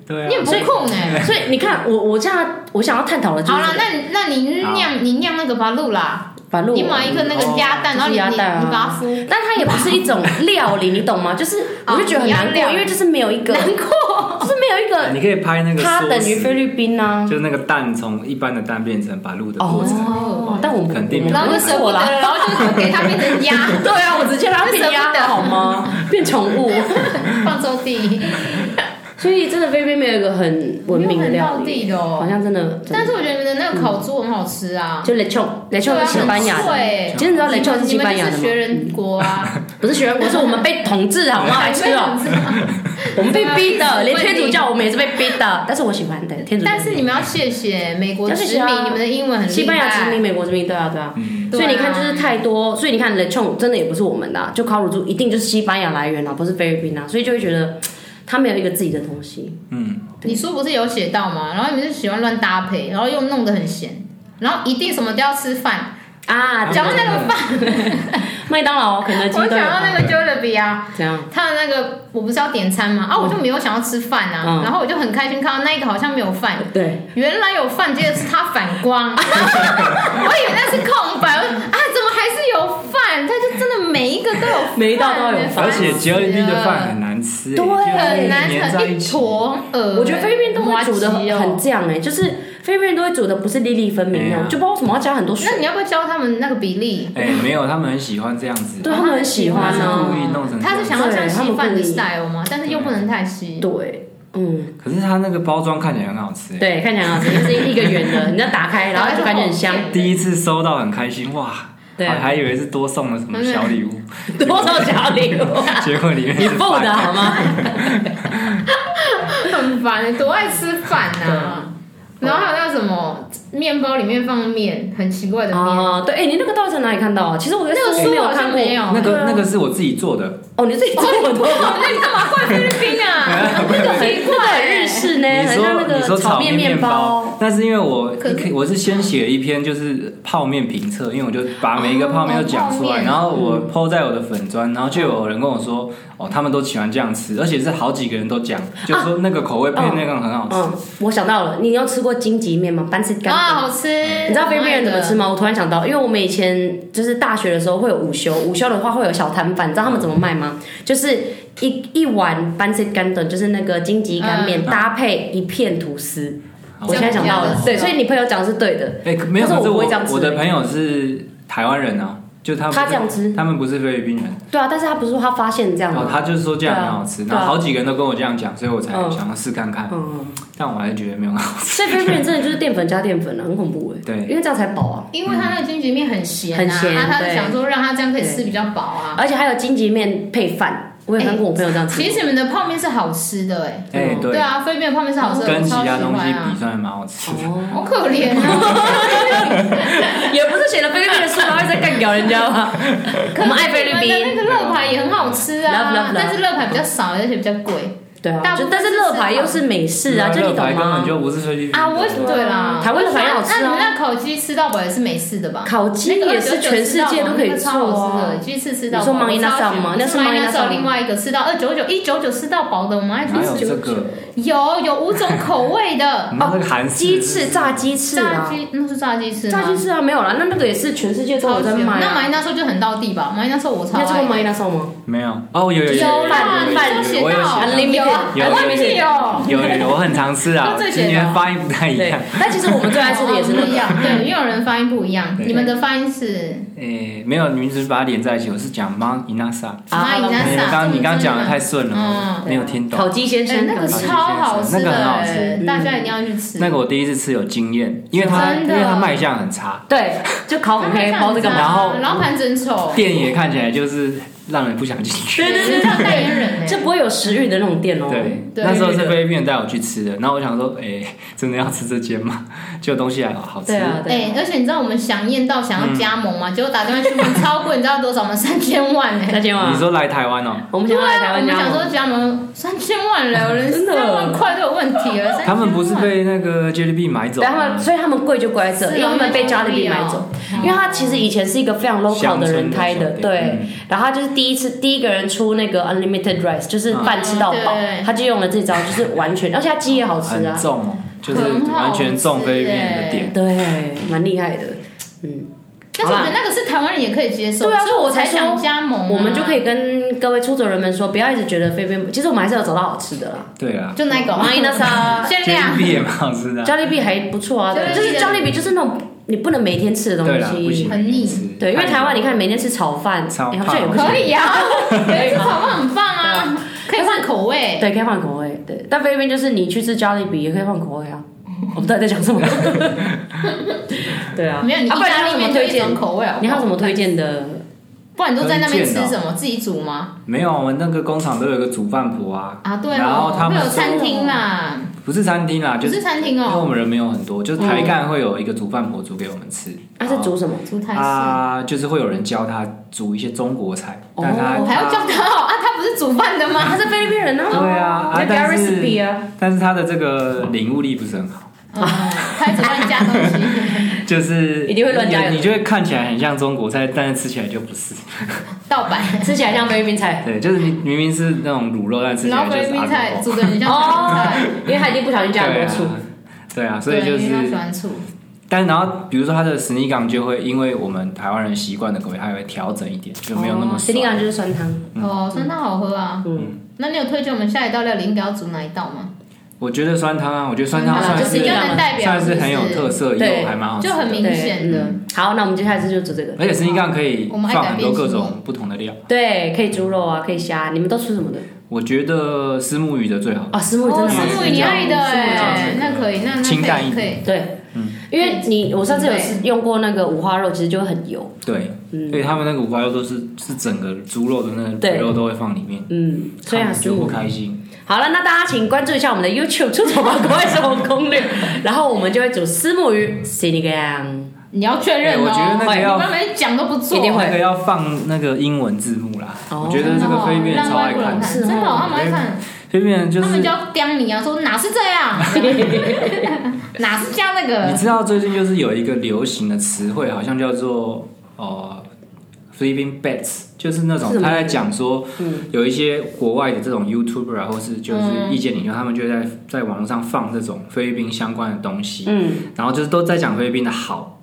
Speaker 3: 对
Speaker 2: 你很
Speaker 3: 啊
Speaker 2: 不，酷呢。
Speaker 1: 所以你看，我我这样我想要探讨的就
Speaker 2: 好
Speaker 1: 是
Speaker 2: 啦，那你那你酿你酿那个吧，露啦，
Speaker 1: 把路
Speaker 2: 你买一个那个鸭蛋，
Speaker 1: 哦
Speaker 2: 然后你
Speaker 1: 啊就是鸭蛋啊
Speaker 2: 你你把它孵。
Speaker 1: 但它也不是一种料理，你懂吗？就是我就觉得很难
Speaker 2: 哦你要料
Speaker 1: 过，因为就是没有一个，
Speaker 2: 难过，
Speaker 1: 就是没有一个，
Speaker 3: 你可以拍那个
Speaker 1: 它等于
Speaker 3: sauce
Speaker 1: 菲律宾啊呐。
Speaker 3: 就是那个蛋从一般的蛋变成白鹭的过程。
Speaker 1: 哦，但我们
Speaker 3: 肯定
Speaker 1: 我们
Speaker 3: 没有
Speaker 2: 然后就舍不得，
Speaker 1: 啦。
Speaker 2: 然后就给它变成鸭，
Speaker 1: 对啊，我直接让它变
Speaker 2: 舍不得
Speaker 1: 鸭好吗？ 变宠物。
Speaker 2: 放周地，
Speaker 1: 所以真的菲律宾没有一个很文明的料
Speaker 2: 没有很道
Speaker 1: 理，
Speaker 2: 地的
Speaker 1: 好
Speaker 2: 哦。
Speaker 1: 像真的。真
Speaker 2: 但
Speaker 1: 的
Speaker 2: 是我觉得你们的那个烤猪很好吃啊，
Speaker 1: 就 lechon lechon 是嗯西班牙
Speaker 2: 对啊很
Speaker 1: 的，
Speaker 2: 脆
Speaker 1: 其实你知道 lechon 是
Speaker 2: 你
Speaker 1: 西
Speaker 2: 们
Speaker 1: 班
Speaker 2: 你
Speaker 1: 牙
Speaker 2: 们
Speaker 1: 的
Speaker 2: 就是
Speaker 1: 吗
Speaker 2: 学？人国啊，
Speaker 1: 不是学人国，是我们被统治 好吗？白 痴哦，我们被逼的，连天主教我们也是被逼的。但是我喜欢的天主教。
Speaker 2: 嗯但是你们要谢谢美国
Speaker 1: 要谢谢
Speaker 2: 殖
Speaker 1: 啊
Speaker 2: 民，你们的英文很厉害。
Speaker 1: 西班牙殖民、美国殖民，对啊，对啊。
Speaker 3: 嗯
Speaker 1: 所以你看，就是太多，所以你看 l e c h o n 真的也不是我们的啊、就烤乳猪一定就是西班牙来源啊，不是菲律宾啊，所以就会觉得嘖他没有一个自己的东西。
Speaker 3: 嗯，
Speaker 2: 你书不是有写到吗？然后你们就喜欢乱搭配，然后又弄得很咸，然后一定什么都要吃饭。
Speaker 1: 啊，
Speaker 2: 讲到那个 饭，
Speaker 1: 麦当劳、肯德基
Speaker 2: 我
Speaker 1: 都有
Speaker 2: 想到
Speaker 1: 啊，
Speaker 2: 那个 j o l l i b e 啊，
Speaker 1: 这样
Speaker 2: 他的那个我不是要点餐吗？啊，我就没有想要吃饭啊，
Speaker 1: 嗯
Speaker 2: 然后我就很开心看到那一个好像没有饭，
Speaker 1: 对。
Speaker 2: 原来有饭，接着是它反 光，我以为那是空白，我说啊，怎么还是有饭？它就真的每一个都有饭，啊
Speaker 1: 每一道都有饭
Speaker 3: 而且吉尔利的饭很
Speaker 2: 很
Speaker 3: 难吃，欸
Speaker 1: 对
Speaker 2: 很难，
Speaker 3: 黏在
Speaker 2: 很
Speaker 3: 一
Speaker 2: 一
Speaker 3: 起。
Speaker 2: 坨呃，
Speaker 1: 我觉得菲律宾都会煮的
Speaker 2: 麻吉哦
Speaker 1: 很这样哎、就是菲律宾都会煮的不是粒粒分明那
Speaker 3: 哎
Speaker 1: 种，
Speaker 3: 呀
Speaker 1: 就不知道为什么要加很多水
Speaker 2: 那，你要不要教他们那个比例？
Speaker 3: 哎，没有，他们很喜欢这样子。
Speaker 1: 对他们很喜欢
Speaker 3: 他们
Speaker 1: 啊
Speaker 3: 是故。意弄成这样
Speaker 2: 他是想要像
Speaker 1: 对
Speaker 2: 稀饭
Speaker 1: 他们
Speaker 2: 的
Speaker 1: 故意
Speaker 2: style 吗？但是又不能太稀。
Speaker 1: 对，嗯，
Speaker 3: 可是它那个包装看起来很好吃。欸
Speaker 1: 对，看起来很好吃，就是一个圆的，你要打开，然后就感觉很香。
Speaker 3: 第一次收到很开心，哇！
Speaker 1: 对啊
Speaker 3: 还还以为是多送了什么小礼物，
Speaker 1: 多少小礼物？啊
Speaker 3: 结果里面
Speaker 1: 你
Speaker 3: 是
Speaker 1: 蹦的
Speaker 3: 饭
Speaker 1: 好吗？
Speaker 2: 很烦、多爱吃饭呐、然后还有那什么面包里面放面，很奇怪的面。
Speaker 1: 哦，对，哎，你那个到底在哪里看到啊？其实我在
Speaker 2: 那个
Speaker 1: 书
Speaker 2: 书
Speaker 1: 没有
Speaker 2: 好
Speaker 1: 看
Speaker 2: 像
Speaker 1: 过。
Speaker 2: 没有，
Speaker 3: 那
Speaker 2: 哦，
Speaker 3: 个那个是我自己 做的，
Speaker 1: 哦，你自己做很 多吗？
Speaker 2: 那你干嘛怪菲律宾 啊？
Speaker 1: 那个很
Speaker 2: 奇
Speaker 1: 那
Speaker 2: 怪
Speaker 1: 个很日式呢，
Speaker 3: 你
Speaker 1: 很像那
Speaker 3: 说你
Speaker 1: 个
Speaker 3: 说
Speaker 1: 炒
Speaker 3: 面
Speaker 1: 面面包。
Speaker 3: 包，但是因为我
Speaker 2: 可是
Speaker 3: 我是先写了一篇就是泡面评测，因为我就把每一个泡面都讲出
Speaker 2: 哦泡
Speaker 3: 来，
Speaker 2: 面
Speaker 3: 然后我 PO 在我的粉砖，然后就有人跟我说，哦，他们都喜欢这样吃，而且是好几个人都讲，就
Speaker 1: 啊
Speaker 3: 说那个口味配那个很好吃。
Speaker 1: 嗯，我想到了，你有吃过荆棘面吗？班次干
Speaker 2: 啊，好吃！
Speaker 1: 你
Speaker 2: 你
Speaker 1: 知道菲律宾人怎么吃？吗？我突然想到，因为我们以前就是大学的时候会有午休，午休的话会有小摊贩，你知道他们怎么卖吗？就是一一碗班次干等，就是那个荆棘干面、
Speaker 3: 嗯
Speaker 1: 搭配一片吐司。
Speaker 3: 哦
Speaker 1: 我现在想到了，
Speaker 2: 嗯这样子
Speaker 1: 对，所以你朋友讲的是对的，
Speaker 3: 哎，可没有，
Speaker 1: 可
Speaker 3: 可
Speaker 1: 是
Speaker 3: 是
Speaker 1: 我不会这样吃欸
Speaker 3: 我的朋友是台湾人啊，就他们
Speaker 1: 他这样吃
Speaker 3: 他们不是菲律宾人，
Speaker 1: 对啊，但是他不是说他发现这样
Speaker 3: 然
Speaker 1: 吗？
Speaker 3: 后哦他就是说这样很好吃，
Speaker 1: 对啊
Speaker 3: 然后好几个人都跟我这样讲，所以我才
Speaker 1: 嗯哦
Speaker 3: 想要试看看，
Speaker 1: 嗯，
Speaker 3: 但我还是觉得没有很好吃。
Speaker 1: 所以菲律宾人真的就是淀粉加淀粉了，很恐怖哎。
Speaker 3: 对
Speaker 1: 因为这样才饱啊。
Speaker 2: 因为它那个荆棘面很咸、啊，
Speaker 1: 很咸
Speaker 2: 啊他是
Speaker 1: 对
Speaker 2: 想说让它这样可以吃比较饱啊。
Speaker 1: 而且还有荆棘面配饭，我有看过我朋友这样吃。
Speaker 2: 其实你们的泡面是好吃的哎、
Speaker 3: 哎，对
Speaker 2: 对。啊，菲律宾的泡面是好吃的，
Speaker 3: 跟
Speaker 2: 我
Speaker 3: 其
Speaker 2: 超喜
Speaker 3: 他东西
Speaker 2: 欢
Speaker 3: 比，
Speaker 2: 啊。
Speaker 3: 算还蛮好吃的。
Speaker 1: 哦，
Speaker 2: 好可怜哦，
Speaker 1: 也不是写了菲律宾的书，然后在干掉人家吧？ 我们爱菲律
Speaker 2: 可是你
Speaker 1: 宾，
Speaker 2: 们的那个乐牌也很好吃啊
Speaker 1: Love, love, love
Speaker 2: 但是乐牌比较少，而且比较贵
Speaker 1: 对啊
Speaker 2: 大，部
Speaker 1: 就
Speaker 2: 分
Speaker 1: 但是
Speaker 2: 是
Speaker 1: 乐牌又是美式啊，就
Speaker 3: 热
Speaker 1: 你懂
Speaker 3: 牌根
Speaker 1: 吗
Speaker 3: 本？就不是菲律宾
Speaker 2: 啊。我
Speaker 3: 的
Speaker 2: 对啦，
Speaker 1: 台湾乐牌也好吃啊
Speaker 2: 那你们那烤鸡吃到饱也是美式的吧？
Speaker 1: 烤鸡也是全世界都可以
Speaker 2: 那个超
Speaker 1: 做
Speaker 2: 好吃的
Speaker 1: 啊，
Speaker 2: 鸡翅吃到饱。
Speaker 1: 你说 Marina Sam 吗
Speaker 2: 我
Speaker 1: 那是
Speaker 2: 超喜欢
Speaker 1: Marina
Speaker 2: Marina
Speaker 1: Sam
Speaker 2: Sam 另外一个吃到二九九一九九吃到饱的，我们爱吃
Speaker 3: 哪有
Speaker 2: 九
Speaker 3: 这
Speaker 2: 九。
Speaker 3: 个？
Speaker 2: 有有五种口味的
Speaker 3: 你那个韩式
Speaker 1: 鸡翅、炸鸡翅
Speaker 2: 炸
Speaker 1: 啊，
Speaker 2: 鸡，那是炸鸡翅吗
Speaker 1: 炸？鸡翅啊，没有啦，那那个也是全世界都
Speaker 2: 超
Speaker 1: 有
Speaker 2: 级
Speaker 1: 在卖
Speaker 2: 那马
Speaker 1: 啊。
Speaker 2: 伊那时候就很到地吧，马伊那时候我超
Speaker 1: 你有吃过
Speaker 2: 爱。
Speaker 1: 玛丽娜颂吗？
Speaker 3: 没有哦，有有有
Speaker 2: 有啦，你
Speaker 1: 饭
Speaker 2: 就写
Speaker 3: 我有
Speaker 2: 到
Speaker 1: 写
Speaker 2: 有啊，
Speaker 3: 有
Speaker 2: 我也是有。
Speaker 3: 有有有，我很常吃啊
Speaker 2: 都，这些的
Speaker 3: 今天发音不太一
Speaker 1: 对
Speaker 3: 样。，
Speaker 1: 但其实我们最爱吃的也是那
Speaker 2: 哦不一
Speaker 1: 个。
Speaker 2: 样，对，因为有人发音不一样，
Speaker 3: 对
Speaker 2: 你们的发音是
Speaker 3: 诶，没有，你们只是把它连在一起。我是讲 Mang Inasa，
Speaker 1: 啊
Speaker 2: 蚂蚁
Speaker 1: 好
Speaker 2: 在
Speaker 1: 了
Speaker 3: 你
Speaker 2: 撒。
Speaker 3: 刚你刚刚讲的太顺了哦
Speaker 2: 嗯，
Speaker 3: 没有听懂
Speaker 1: 烤。鸡先
Speaker 2: 哎
Speaker 1: 生，
Speaker 2: 那个
Speaker 1: 烤鸡
Speaker 2: 超好吃
Speaker 3: 那
Speaker 2: 的
Speaker 3: 个很好吃
Speaker 2: 哎
Speaker 1: 嗯，
Speaker 2: 大家一定要去吃。
Speaker 3: 那个我第一次吃有惊艳，因为它
Speaker 2: 真
Speaker 3: 因
Speaker 2: 的
Speaker 3: 为它卖相很差，
Speaker 1: 对，就烤很黑，包这个
Speaker 2: 然
Speaker 1: 嘛。
Speaker 2: 后然后盘子很丑，
Speaker 3: 店也看起来就是让人不想进去。
Speaker 1: 对对对
Speaker 2: 他代言人呢，哎
Speaker 1: 就不会有食欲的那种店哦。
Speaker 3: 对，
Speaker 2: 对啊
Speaker 3: 那时候是菲律宾人带我去吃的，然后我想说，哎，真的要吃这间吗？ 就东西还好好吃
Speaker 1: 对。啊，对
Speaker 2: 哎
Speaker 1: 啊，，
Speaker 2: 而且你知道我们想念到想
Speaker 3: 嗯
Speaker 2: 要加盟嘛，结果打电话去问，超贵，你知道多少吗？三千万 呢。
Speaker 1: 那今晚
Speaker 3: 你说来台湾哦，
Speaker 1: 我们
Speaker 2: 对
Speaker 1: 想要来台
Speaker 2: 啊啊，我
Speaker 1: 湾
Speaker 2: 们
Speaker 1: 加
Speaker 2: 想
Speaker 1: 盟，
Speaker 2: 说加盟三千万了，有人
Speaker 1: 真的
Speaker 2: 三万块都有问题了。
Speaker 3: 他们不是
Speaker 2: 3000万
Speaker 3: 被那个 Jellybean 买走
Speaker 1: 对他们，
Speaker 3: 吗？
Speaker 1: 所以他们贵就贵在这，
Speaker 2: 是啊
Speaker 1: 因为他们被 j o l l 买走。，因为他其实以前是一个非常 local
Speaker 3: 乡村
Speaker 1: 的
Speaker 3: 的
Speaker 1: 人开的，
Speaker 3: 小店
Speaker 1: 对
Speaker 3: 嗯。
Speaker 1: 然后他就是第一次第一个人出那个 unlimited rice，就是饭吃到饱
Speaker 2: 嗯，对
Speaker 1: 他就用了这招，就是完 全，而且他鸡也好吃
Speaker 3: 很
Speaker 1: 啊，
Speaker 3: 重哦，就是完全重菲律宾人的点。
Speaker 1: 对，蛮厉害的。嗯，
Speaker 2: 但是我觉得那个是台湾人也可以接受，
Speaker 1: 对啊
Speaker 2: 所以
Speaker 1: 所以我
Speaker 2: 我
Speaker 1: 才
Speaker 2: 才
Speaker 1: 说
Speaker 2: 想加盟啊，
Speaker 1: 我们就可以跟各位出走人们说，不要一直觉得菲律宾，其实我们还是有找到好吃的啦。
Speaker 3: 对啊
Speaker 2: 就那个
Speaker 1: 马伊那 莎
Speaker 2: 限量。
Speaker 3: ，Jellybean 也蛮好吃的啊。
Speaker 1: j o l l 还不错啊，
Speaker 2: Jollibee
Speaker 1: 就是 j o l l 就是那种你不能每天吃的东
Speaker 3: 对啦，不
Speaker 1: 西
Speaker 3: 行，。
Speaker 2: 很腻
Speaker 3: 吃
Speaker 1: 对，因为台湾你看每天吃炒饭，
Speaker 3: 炒
Speaker 1: 哎好像也不行。
Speaker 2: 可以呀、啊，可以吃炒饭很棒啊，可以换口味。
Speaker 1: 对，可以换口味。对，但菲律宾就是你去吃加利比也可以换口味 啊。我们到底在讲什么？对啊，
Speaker 2: 没有，你意
Speaker 1: 啊、不然
Speaker 2: 大
Speaker 1: 你有什
Speaker 2: 利面
Speaker 1: 么
Speaker 2: 哦就
Speaker 1: 推
Speaker 2: 一
Speaker 1: 荐
Speaker 2: 种？口味好不好
Speaker 1: 你还有什么推？荐的？
Speaker 2: 不然你都在那边吃
Speaker 3: 推
Speaker 2: 什
Speaker 3: 荐
Speaker 2: 么？自己煮吗？
Speaker 3: 没有，我们那个工厂都有个煮饭婆啊。
Speaker 2: 啊，对
Speaker 3: 然后
Speaker 2: 哦，
Speaker 3: 他
Speaker 2: 会
Speaker 3: 们
Speaker 2: 有餐
Speaker 3: 说
Speaker 1: 啊
Speaker 2: 厅啦，
Speaker 3: 不是餐厅啦，
Speaker 2: 不
Speaker 3: 就是是
Speaker 2: 餐厅
Speaker 3: 因为我
Speaker 2: 哦，
Speaker 3: 们人没有很多，就是台干会有一个煮饭婆煮给我们吃。
Speaker 1: 啊，是煮什么？
Speaker 2: 煮台式。
Speaker 3: 啊，就是会有人教他煮一些中国菜，
Speaker 1: 哦
Speaker 3: 但他
Speaker 2: 我还要
Speaker 3: 他
Speaker 2: 叫他哦啊，他不是煮饭的吗？
Speaker 1: 他是菲律宾人呢、
Speaker 3: 对啊啊
Speaker 1: 那个
Speaker 3: 但是
Speaker 1: recipe 啊，
Speaker 3: 但是他的这个领悟力不是很好，
Speaker 2: 嗯，开始乱加东西，
Speaker 3: 就是
Speaker 1: 一定会乱加油
Speaker 3: 你你就会看起来很像中国菜，但是吃起来就不是。
Speaker 2: 盗版。
Speaker 1: 吃起来像菲律宾菜
Speaker 3: 对，就是你明明是那种卤肉，但 吃起
Speaker 2: 然
Speaker 3: 来
Speaker 2: 后
Speaker 3: 就
Speaker 2: 菲
Speaker 3: 是
Speaker 2: 律宾
Speaker 3: 阿
Speaker 2: 菜
Speaker 3: 公哦
Speaker 2: 煮的很像台湾菜，
Speaker 1: 因为他已经不小心加了
Speaker 3: 对
Speaker 1: 很多
Speaker 3: 啊
Speaker 1: 醋。，
Speaker 3: 对啊， 所
Speaker 2: 对，
Speaker 3: 以就
Speaker 2: 因为他
Speaker 3: 是
Speaker 2: 喜，欢醋。
Speaker 3: 但然后比如说他的史尼港就会因为我们台湾人习惯的口味，它也会调整一点，就没有
Speaker 2: 哦
Speaker 3: 那么
Speaker 1: 斯里
Speaker 3: 酸。
Speaker 1: 兰就是酸汤，
Speaker 3: 嗯
Speaker 2: 哦，酸汤好喝啊。
Speaker 1: 嗯，
Speaker 2: 那你有推荐我们下一道料理应该要煮哪一道吗？
Speaker 3: 我觉得酸汤啊，我觉得酸汤
Speaker 1: 嗯好啦
Speaker 3: 算
Speaker 1: 就是
Speaker 3: 是
Speaker 1: 一个能
Speaker 2: 代表
Speaker 3: 算是很有
Speaker 2: 就是
Speaker 3: 特色，
Speaker 1: 对
Speaker 3: 又还蛮好吃
Speaker 2: 就
Speaker 3: 的，
Speaker 2: 很明显
Speaker 1: 对
Speaker 2: 的。
Speaker 1: 嗯好，那我们接下来这就做这个。
Speaker 3: 而且生鸡杠可以
Speaker 2: 我们还
Speaker 3: 放
Speaker 2: 改
Speaker 3: 很多
Speaker 2: 变
Speaker 3: 各
Speaker 2: 心意
Speaker 3: 种不同的料。
Speaker 1: 对，可以猪肉啊，可以虾，你们都吃什么的？
Speaker 3: 我觉得丝木鱼的最好，
Speaker 1: 哦，石木鱼真
Speaker 2: 哦，
Speaker 1: 的好
Speaker 2: 石
Speaker 1: 吃，
Speaker 2: 木鱼你爱的
Speaker 1: 石
Speaker 2: 哎
Speaker 1: 木鱼，
Speaker 2: 那可以，那那
Speaker 3: 清
Speaker 2: 可
Speaker 3: 淡
Speaker 2: 以
Speaker 3: 一
Speaker 2: 可以。
Speaker 1: 对，因为你我上次有吃用过那个五花肉，其实就会很油，
Speaker 3: 对，
Speaker 1: 嗯
Speaker 3: 所以他们那个五花肉都是是整个猪肉的那个
Speaker 1: 对
Speaker 3: 肥肉都会放里面，
Speaker 1: 嗯，所以
Speaker 3: 看
Speaker 1: 啊，
Speaker 3: 了
Speaker 1: 石
Speaker 3: 就不
Speaker 1: 木鱼
Speaker 3: 开心。
Speaker 1: 好了，那大家请关注一下我们的 YouTube 出走吧国外生活攻略，然后我们就会煮丝木鱼 s i n i g a n
Speaker 2: 你要确认
Speaker 3: 哎
Speaker 2: 哦，
Speaker 3: 我觉得那个要
Speaker 2: 你不然每讲都不做，哦
Speaker 1: 一定会
Speaker 3: 那个要放那个英文字幕啦，
Speaker 1: 哦
Speaker 3: 我觉得这个菲律宾人
Speaker 2: 让
Speaker 3: 超爱
Speaker 2: 外国人
Speaker 3: 看，
Speaker 2: 看，真的哦，他们爱看，
Speaker 3: 菲律宾人就
Speaker 2: 他
Speaker 3: 是
Speaker 2: 们就要刁你啊，说哪是这样，哪是加那
Speaker 3: 你
Speaker 2: 个，
Speaker 3: 知道最近就是有一个流行的词汇，好像叫做呃 “flipping bets”，就是那
Speaker 1: 是什么
Speaker 3: 种他在讲说
Speaker 1: 嗯，
Speaker 3: 有一些国外的这种 YouTuber 啊，或是就是意见领袖，他们就在在网络上放这种菲律宾相关的东西，
Speaker 1: 嗯
Speaker 3: 然后就是都在讲菲律宾的好，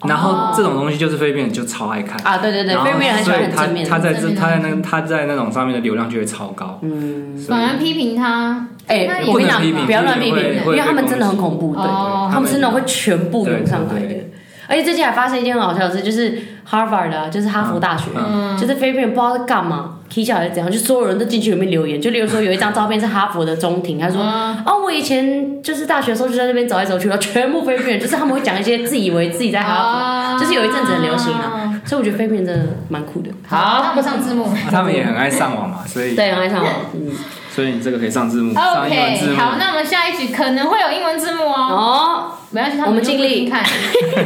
Speaker 1: 哦
Speaker 3: 然后这种东西就是菲律宾人就超爱看。
Speaker 1: 啊，对对对，
Speaker 3: 然后
Speaker 1: 菲律宾人很喜欢很正
Speaker 3: 所以
Speaker 1: 面
Speaker 3: 他他
Speaker 1: 的，
Speaker 3: 在
Speaker 2: 正
Speaker 3: 这
Speaker 2: 面的
Speaker 3: 他在那他在那种上面的流量就会超高，
Speaker 1: 嗯，
Speaker 3: 所以
Speaker 2: 反而批评他，
Speaker 1: 哎、
Speaker 2: 那也
Speaker 1: 我跟你
Speaker 3: 不能批评
Speaker 1: 讲，不要乱批评，
Speaker 3: 会
Speaker 1: 因
Speaker 3: 会
Speaker 1: 为
Speaker 3: 被
Speaker 1: 他们真的很恐怖，对，
Speaker 2: 哦
Speaker 1: 他们真的会全部涌上来
Speaker 3: 对对
Speaker 1: 的。而且最近还发生一件很好笑的事，就是 Harvard 啊，就是哈佛大学，
Speaker 2: 嗯
Speaker 1: 就是菲律宾人不知道在干嘛踢脚还是怎样，就所有人都进去里面留言，就例如说有一张照片是哈佛的中庭，他说。
Speaker 2: 嗯
Speaker 1: 哦，我以前就是大学的时候就在那边走来走去，然后全部菲律宾人，就是他们会讲一些自以为自己在哈
Speaker 2: 啊
Speaker 1: 就是有一阵子很流行啊佛，所以我觉得菲律宾人真的蛮酷的。
Speaker 2: 好，那不上字幕。
Speaker 3: 啊他们也很爱上网嘛，所以
Speaker 1: 对，很爱上网，嗯，
Speaker 3: 所以你这个可以上字幕， 上英文字
Speaker 2: OK，
Speaker 3: 幕。
Speaker 2: 好，那我们下一局可能会有英文字幕哦，
Speaker 1: 哦，
Speaker 2: 没关系，他
Speaker 1: 我们
Speaker 2: 就
Speaker 1: 尽力
Speaker 2: 不看，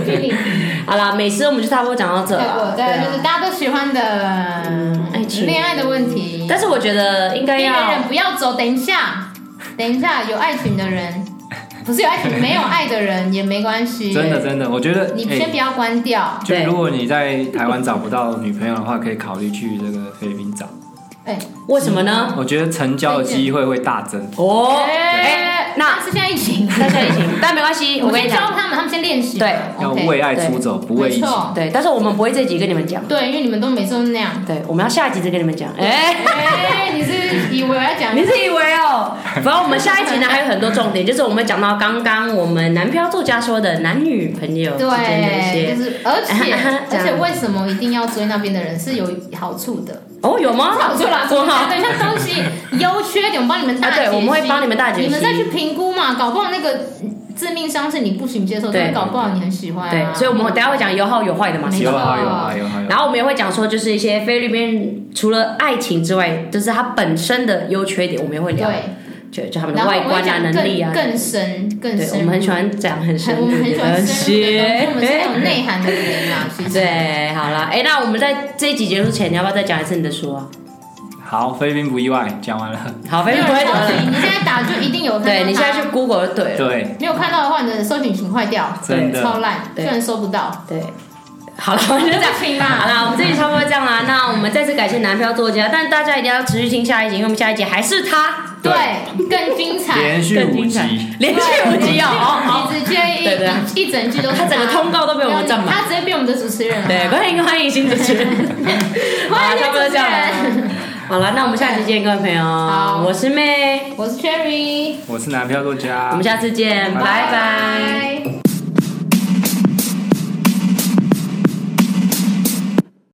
Speaker 2: 尽力。
Speaker 1: 好啦，美食我们就差不多讲到这
Speaker 2: 跳过
Speaker 1: 了，
Speaker 2: 对，
Speaker 1: 啊
Speaker 2: 就是大家都喜欢的
Speaker 1: 爱情
Speaker 2: 恋爱的问题。
Speaker 1: 但是我觉得应该
Speaker 2: 恋爱
Speaker 1: 要
Speaker 2: 人不要走，等一下，等一下，有爱情的人，不是有爱情，没有爱的人也没关系。
Speaker 3: 真的，真的，我觉得
Speaker 2: 你
Speaker 3: 哎
Speaker 2: 先不要关掉。
Speaker 3: 就
Speaker 1: 对
Speaker 3: 如果你在台湾找不到女朋友的话，可以考虑去这个菲律宾找。
Speaker 2: 哎，
Speaker 1: 为什么呢？
Speaker 3: 我觉得成交的机会会大增。
Speaker 1: 哦，哎
Speaker 2: 哎，
Speaker 1: 那
Speaker 2: 是现在疫情，
Speaker 1: 那现在疫情，但没关系， 我
Speaker 2: 我
Speaker 1: 跟
Speaker 2: 先
Speaker 1: 你
Speaker 2: 教
Speaker 1: 讲，
Speaker 2: 他们，他们先练习。
Speaker 1: 对
Speaker 3: 要啊
Speaker 2: OK
Speaker 3: 为爱出走，不为
Speaker 2: 没
Speaker 3: 一己。
Speaker 2: 错，
Speaker 1: 对，但是我们不会这集跟你们讲，
Speaker 2: 对，因为你们都每次都那样。
Speaker 1: 对，我们要下一集再跟你们讲，哎。
Speaker 2: 哎，你是以为我要讲
Speaker 1: 你自以为哦？反正我们下一集呢还有很多重点，就是我们讲到刚刚我们男票作家说的男女朋友之间的一
Speaker 2: 对，
Speaker 1: 些
Speaker 2: 就是而 且
Speaker 1: 这样
Speaker 2: 而且为什么一定要追那边的人是有好处的？
Speaker 1: 哦，有吗？
Speaker 2: 好处 啦，
Speaker 1: 我好
Speaker 2: 等一下东西优缺点，我帮你们大
Speaker 1: 啊
Speaker 2: 解析。
Speaker 1: 对我们会帮你们大解析
Speaker 2: 你们再去评估嘛，搞不好那个致命伤是你不行接受，
Speaker 1: 对
Speaker 2: 但搞不好你很喜欢啊。嗯
Speaker 1: 对，所以我们等一下会讲有好有坏的嘛。
Speaker 2: 没
Speaker 1: 是
Speaker 2: 错
Speaker 1: 吧
Speaker 3: 有好有好有好有
Speaker 1: 然后我们也会讲说，就是一些菲律宾除了爱情之外，就是它本身的优缺点，我们也会聊，
Speaker 2: 对，
Speaker 1: 就就他们的
Speaker 2: 然后
Speaker 1: 外
Speaker 2: 我们
Speaker 1: 观
Speaker 2: 会
Speaker 1: 啊、
Speaker 2: 讲
Speaker 1: 能力啊
Speaker 2: 更。更深更
Speaker 1: 对，
Speaker 2: 深入，
Speaker 1: 我们很喜欢讲很深
Speaker 2: 很，
Speaker 1: 入
Speaker 2: 我们很喜欢
Speaker 1: 的
Speaker 2: 深入的东西，我们是
Speaker 1: 东
Speaker 2: 很有
Speaker 1: 西。
Speaker 2: 内涵的人啊，其实。
Speaker 1: 对，好了，哎，那我们在这一集结束前，你要不要再讲一次你的书啊？
Speaker 3: 好，菲律宾不意外，讲完了。
Speaker 1: 好，菲
Speaker 2: 没
Speaker 1: 律
Speaker 2: 有
Speaker 1: 宾不会得
Speaker 2: 人搜
Speaker 1: 了。
Speaker 2: 寻，你现在打就一定有看到它。
Speaker 1: 对你现在去 Google 就对了。
Speaker 3: 对，
Speaker 2: 没有看到的话，你的搜寻群坏掉，
Speaker 3: 真的
Speaker 2: 超烂，
Speaker 1: 对
Speaker 2: 居然搜不到。
Speaker 1: 对，好了，我们就这样。
Speaker 2: 不行啦
Speaker 1: 好啦，我们这集差不多这样啦。那我们再次感谢男票作家，但大家一定要持续听下一集，因为我们下一集还是他
Speaker 2: 对，更精彩。
Speaker 3: 连续
Speaker 1: 更
Speaker 3: 五
Speaker 1: 精彩
Speaker 3: 集，，
Speaker 1: 连续五集哦。哦好，
Speaker 2: 你直接一
Speaker 1: 对对
Speaker 2: 一一整句都是
Speaker 1: 他整个通告都被我们占满
Speaker 2: 他直接变我们的主持人了。
Speaker 1: 对，欢迎欢迎新主持人。好啦，差不多这样了。好了，那我们下期见，各位朋友。
Speaker 2: 好
Speaker 1: 我是妹，
Speaker 2: 我是 Cherry，
Speaker 3: 我是男票作家。
Speaker 1: 我们下次见，拜拜
Speaker 2: 拜